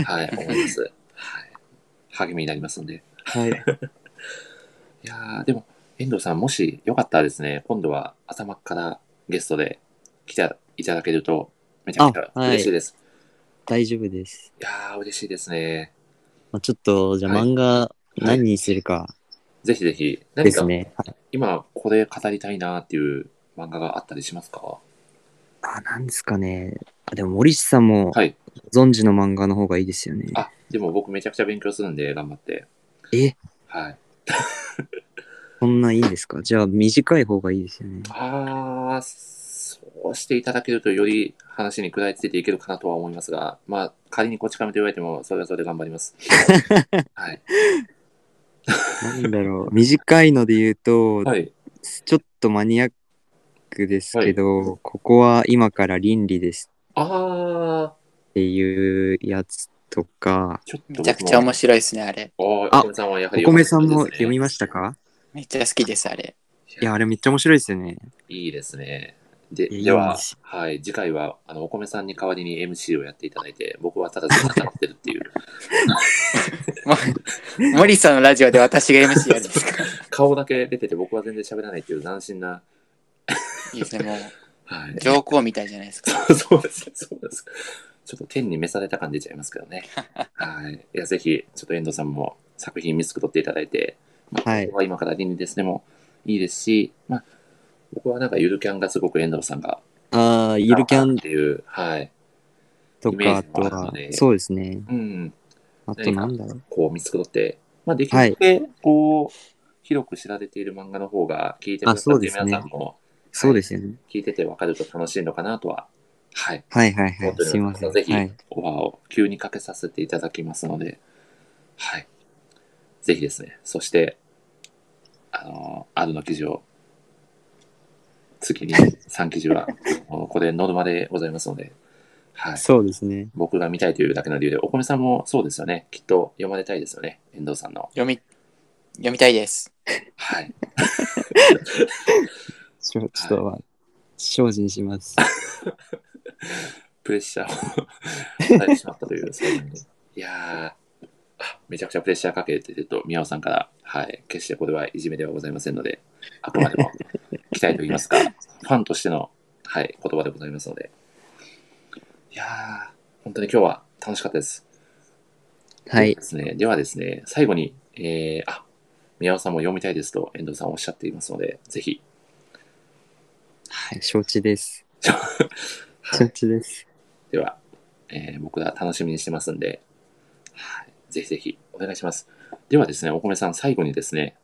はい、思います。はい。励みになりますんで。はい。いやーでも、遠藤さん、もしよかったらですね、今度は頭からゲストで来ていただけると、めちゃくちゃあはい嬉しいです。大丈夫です。い、やー、嬉しいですね。まあ、ちょっと、じゃあはい漫画い何にするかぜひぜひ、で何すかね。はい今、これ語りたいなっていう漫画があったりしますかあ、なんですかね。あ、でも森氏さんもはい。ご存知の漫画の方がいいですよね。あ、でも僕めちゃくちゃ勉強するんで、頑張って。え、はい。こんないいんですかじゃあ短い方がいいですよね。あー、そうしていただけると、より話に食らいついていけるかなとは思いますが、まあ、仮にこち亀と言われても、それはそれで頑張り ます。はい。なんだろう。短いので言うと、はい。ちょっとマニアックですけど、ここは今から倫理ですあー、っていうやつとか、ちょっとめちゃくちゃ白面い。白いですね、あれ。おあ米さんはやはおり米さんも読読みみましたかめっちゃ好きです、あれ。いや、あれめっちゃ面白いですよね。いいですね。で、いやでいいはです、はい、次回は、あの、お米さんに代わりに MC をやっていただいて、僕はただずっと語ってるっていう、 も モリさんのラジオで私が MC やるん ですか顔だけ出てて僕は全然喋らないっていう斬新な、いいですね、もう、はい。上皇みたいじゃないですか。 そうです、そうです。ちょっと天に召された感出ちゃいますけど ね。はい。いや、ぜひ、ちょっと遠藤さんも作品ミスク取っていただいて、まあはい僕は今から倫理ですでもいいですし、まあ、僕はなんかゆるキャンがすごく遠藤さんが、ああ、ゆるキャンっていう、はい。とイメーか、あジともあるのはで、そうですね。うん、あとなんだろう。こう見繕って、まあ、できるだけこう、広く知られている漫画の方が聞いてくださあそっうてでるすね皆さんもそうですよね。聞いてて分かると楽しいのかなとは、はい、はいはいは思っい。ておすいりまますせのん。はで、ぜひい。オファーを急にかけさせていただきますので、はい、ぜひですね、そして、あの、あるの記事を、次に3記事は、 あのこれノルマでございますので、はい。そうですね。僕が見たいというだけの理由で、お米さんもそうですよね。きっと読まれたいですよね。遠藤さんの。読み、読みたいです。はい。ちょちょっと、まあ精進します。プレッシャーを与えてしまったという、そういうねいやーあめちゃくちゃプレッシャーかけてると、宮尾さんから、はい、決してこれはいじめではございませんので、あくまでも期待といいますか、ファンとしての、はい、言葉でございますので。いやー本当に今日は楽しかったです。はいで。すね。ではですね、最後に、えー、あ、宮尾さんも読みたいですと遠藤さんおっしゃっていますので、ぜひ、はい承知です。 は承い、知です。では、えー僕が楽しみにしてますんで、はい、ぜひぜひお願いします。ではですね、お米さん、最後にですね、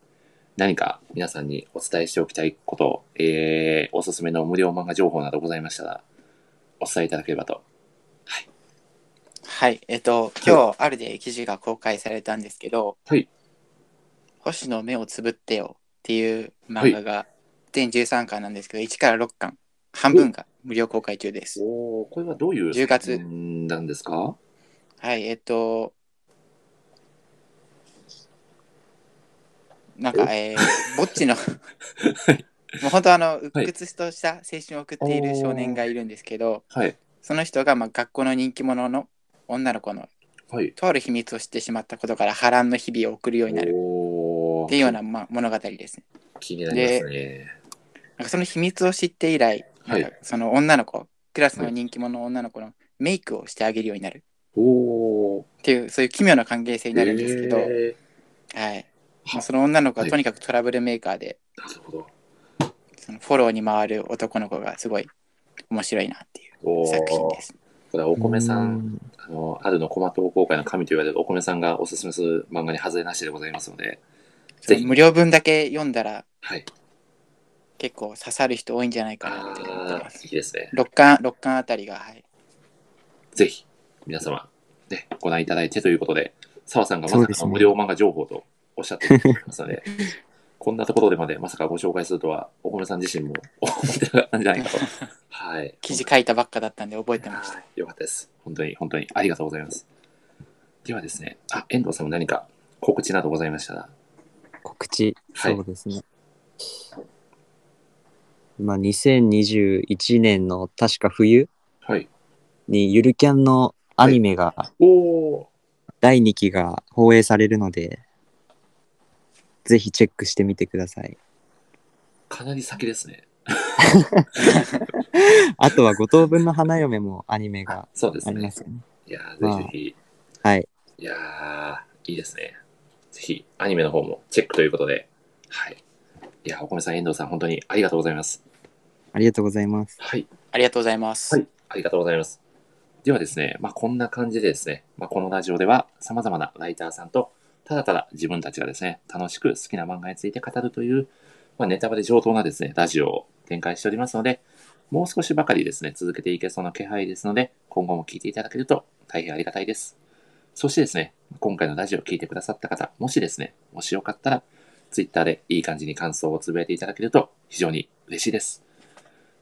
何か皆さんにお伝えしておきたいこと、えー、おすすめの無料漫画情報などございましたら、お伝えいただければと。はい、えっと、今日、あるで記事が公開されたんですけど、はい、星の目をつぶってよっていう漫画が、全13巻なんですけど、1から6巻、半分が無料公開中です。おーこれはどういう10月作品なんですかはい、えっと、なんか、えー、ぼっちの、もう本当あの、鬱屈とした青春を送っている少年がいるんですけど、はい、その人が、まあ、学校の人気者の女の子の、はい。とある秘密を知ってしまったことから波乱の日々を送るようになるおっていうようーな、まあ、物語ですね。気になりますね。なんかその秘密を知って以来、はいなんかその女の子、クラスの人気者の女の子のメイクをしてあげるようになるおーっていう、そういう奇妙な関係性になるんですけど、えはい。まあ、その女の子ははいとにかくトラブルメーカーで、ーなるほど。そのフォローに回る男の子がすごい面白いなっていうおー作品です。これはお米さ、うんあの、あるの駒党公会の神と言われるお米さんがおすすめする漫画に外れなしでございますので、ぜひ無料分だけ読んだらはい。結構刺さる人多いんじゃないかなって思ってああまー、すいいですね。六巻六巻あたりがはいぜひ、皆様、ね、ご覧いただいてということで、澤さんがまそさうでかすのね無料漫画情報とおっしゃっていますので、 こんなところでまでまさかご紹介するとは、お米さん自身も思ってなかったんじゃないかと。はい。記事書いたばっかだったんで覚えてましたはいよかったです。本当に、本当にありがとうございます。ではですね、あ、遠藤さんも何か告知などございましたら、告知、はいそうですね。まあ、2021年の確か冬はい。にゆるキャンのアニメが、おお第2期が放映されるので、ぜひチェックしてみてください。ーかなり先ですね。あとは五等分の花嫁もアニメがそうですありまね。すよね。いやーぜひぜひ、はい。いやーいいですね。ぜひ、アニメの方もチェックということで、はい。いやーお米さん、遠藤さん、本当にありがとうございます。ありがとうございます。はい。ありがとうございます、はい、ありがとうございます。ではですね、まあ、こんな感じでですね、まあ、このラジオでは様々なライターさんと、ただただ自分たちがですね、楽しく好きな漫画について語るという、まあ、ネタバレ上等なですね、ラジオを展開しておりますので、もう少しばかりですね、続けていけそうな気配ですので、今後も聞いていただけると大変ありがたいです。そしてですね、今回のラジオを聞いてくださった方、もしですね、もしよかったら、Twitter でいい感じに感想をつぶやいていただけると非常に嬉しいです。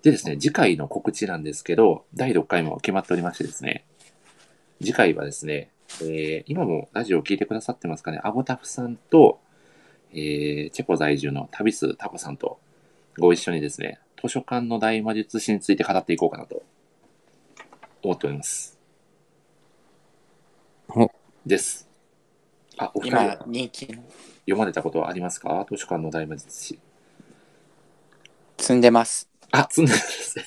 でですね、次回の告知なんですけど、第6回も決まっておりましてですね、次回はですね、えー今もラジオを聞いてくださってますかね、アボタフさんと、えーチェコ在住の旅数タコさんとご一緒にですね、図書館の大魔術師について語っていこうかなと思っております。おです。あ、お二人今は人気の読まれたことはありますか図書館の大魔術師。積んでますあ、積んでるんですね。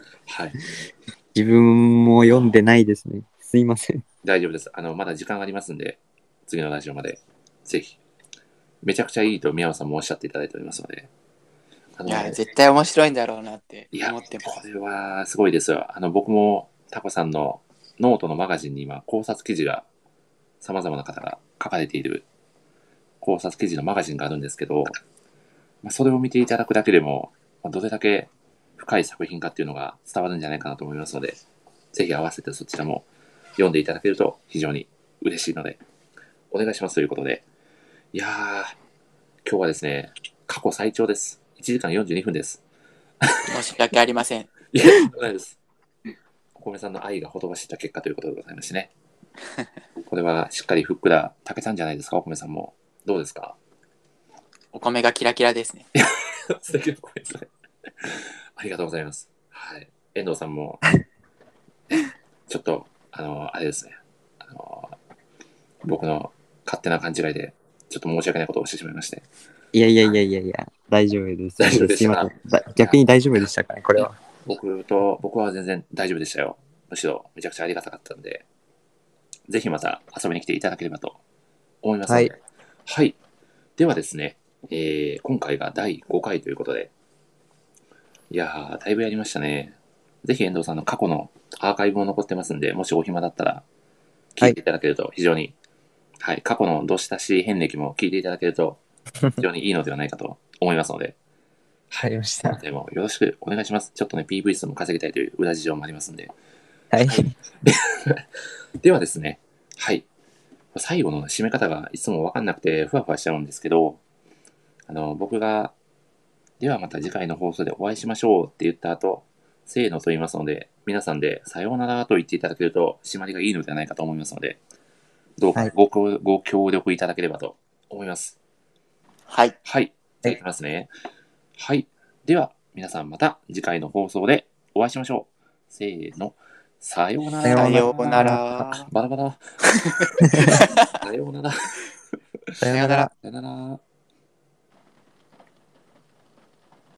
はい。自分も読んでないですね。すいません。大丈夫です。あの、まだ時間ありますんで、次のラジオまで、ぜひ。めちゃくちゃいいと宮尾さんもおっしゃっていただいておりますので。あのいや絶対面白いんだろうなっていや思ってますこれはすごいですよ。あの、僕もタコさんのノートのマガジンに今、考察記事が、様々な方が書かれている考察記事のマガジンがあるんですけど、まあ、それを見ていただくだけでも、まあ、どれだけ深い作品かっていうのが伝わるんじゃないかなと思いますので、ぜひ合わせてそちらも読んでいただけると非常に嬉しいので、お願いしますということで。いやー、今日はですね、過去最長です。1時間42分です。申し訳ありませんいや、とんでもないです。お米さんの愛がほとばしった結果ということでございましてね。これはしっかりふっくら炊けたんじゃないですか、お米さんも。どうですか お米がキラキラですね素敵なお米さん。ありがとうございます。はい。遠藤さんも、ちょっと、あの、あれですね。あの、僕の勝手な勘違いで、ちょっと申し訳ないことをしてしまいまして。いやいやいやいやいや、大丈夫です。大丈夫でいしたません。だ逆に大丈夫でしたかね、これは。僕と、僕は全然大丈夫でしたよ。むしろめちゃくちゃありがたかったんで、ぜひまた遊びに来ていただければと思いますので。ははい。ではですね、えー今回が第5回ということで、いやー、だいぶやりましたね。ぜひ遠藤さんの過去のアーカイブも残ってますんで、もしお暇だったら、聞いていただけると非常に、はい、過去のどしたし遍歴も聞いていただけると、非常にいいのではないかと思いますので、かりましでもよろしくお願いします。ちょっとね、PV 数も稼ぎたいという裏事情もありますんで。はい。ではですね、はい。最後の締め方がいつもわかんなくて、ふわふわしちゃうんですけど、あの、僕が、ではまた次回の放送でお会いしましょうって言った後、せーのと言いますので、皆さんでさようならと言っていただけると、締まりがいいのではないかと思いますので、どうはかいご,、ご協力いただければと思います。はいはい。じゃあいきますね。はい。では、皆さんまた次回の放送でお会いしましょう。せーの。さようなら。ささよううな。ら バラバラ。さようなら。ささようなら。ようなら。